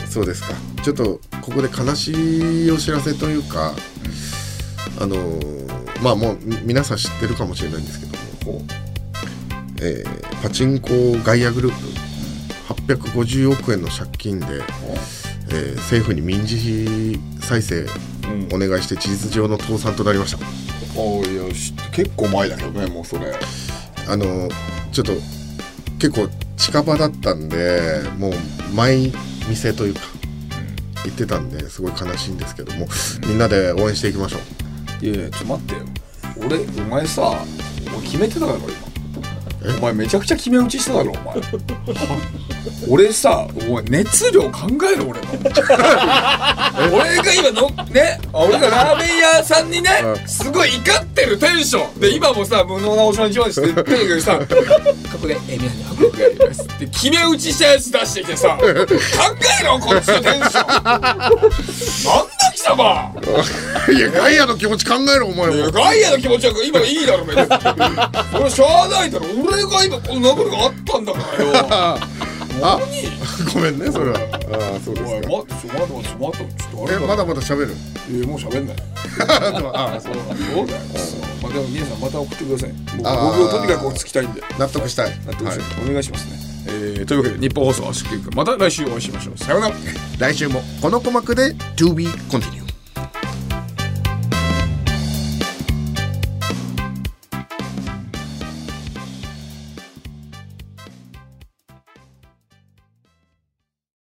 Speaker 3: の、そうですか。ちょっとここで悲しいお知らせというか、あのまあもうみ皆さん知ってるかもしれないんですけども、えーパチンコガイアグループ850億円の借金で、えー政府に民事再生お願いして事実上の倒産となりました。
Speaker 4: おーいやし結構前だけどねもうそれ
Speaker 3: あのちょっと結構近場だったんでもう毎店というか行ってたんですごい悲しいんですけどもみんなで応援していきましょう
Speaker 4: いやいやちょっと待ってよ俺お前さ俺決めてただろ今お前めちゃくちゃ決め打ちしただろお前 俺さお前熱量考えろ俺の俺が今のねあ俺がラーメン屋さんにねすごい怒ってるテンションで今もさ無能なおしまい一番して言ってるけどさここでえ皆さんに迫力がありますって決め打ちしたやつ出してきてさ考えろこっちのテンションなんだ貴様
Speaker 3: いやガイアの気持ち考えろお前も
Speaker 4: ガイアの気持ちは今いいだろ別にそれしゃあないだろ俺が今この流れがあったんだからよ
Speaker 3: あ ごめんねそれはああそうですか
Speaker 4: おい待ってちょ待って待ってちょっと待ってちょっとあれ
Speaker 3: え
Speaker 4: だ
Speaker 3: まだまだ喋る
Speaker 4: えもう喋んない
Speaker 3: ああそう
Speaker 4: そうだよまあでも皆さんまた送ってください
Speaker 3: あー
Speaker 4: 僕とにかく落ち着きたいんで
Speaker 3: 納得したい
Speaker 4: 納得したいお願いしますねえーというわけで日本放送は出勤また来週お会いしましょうさようなら
Speaker 3: 来週もこの鼓膜で To be continued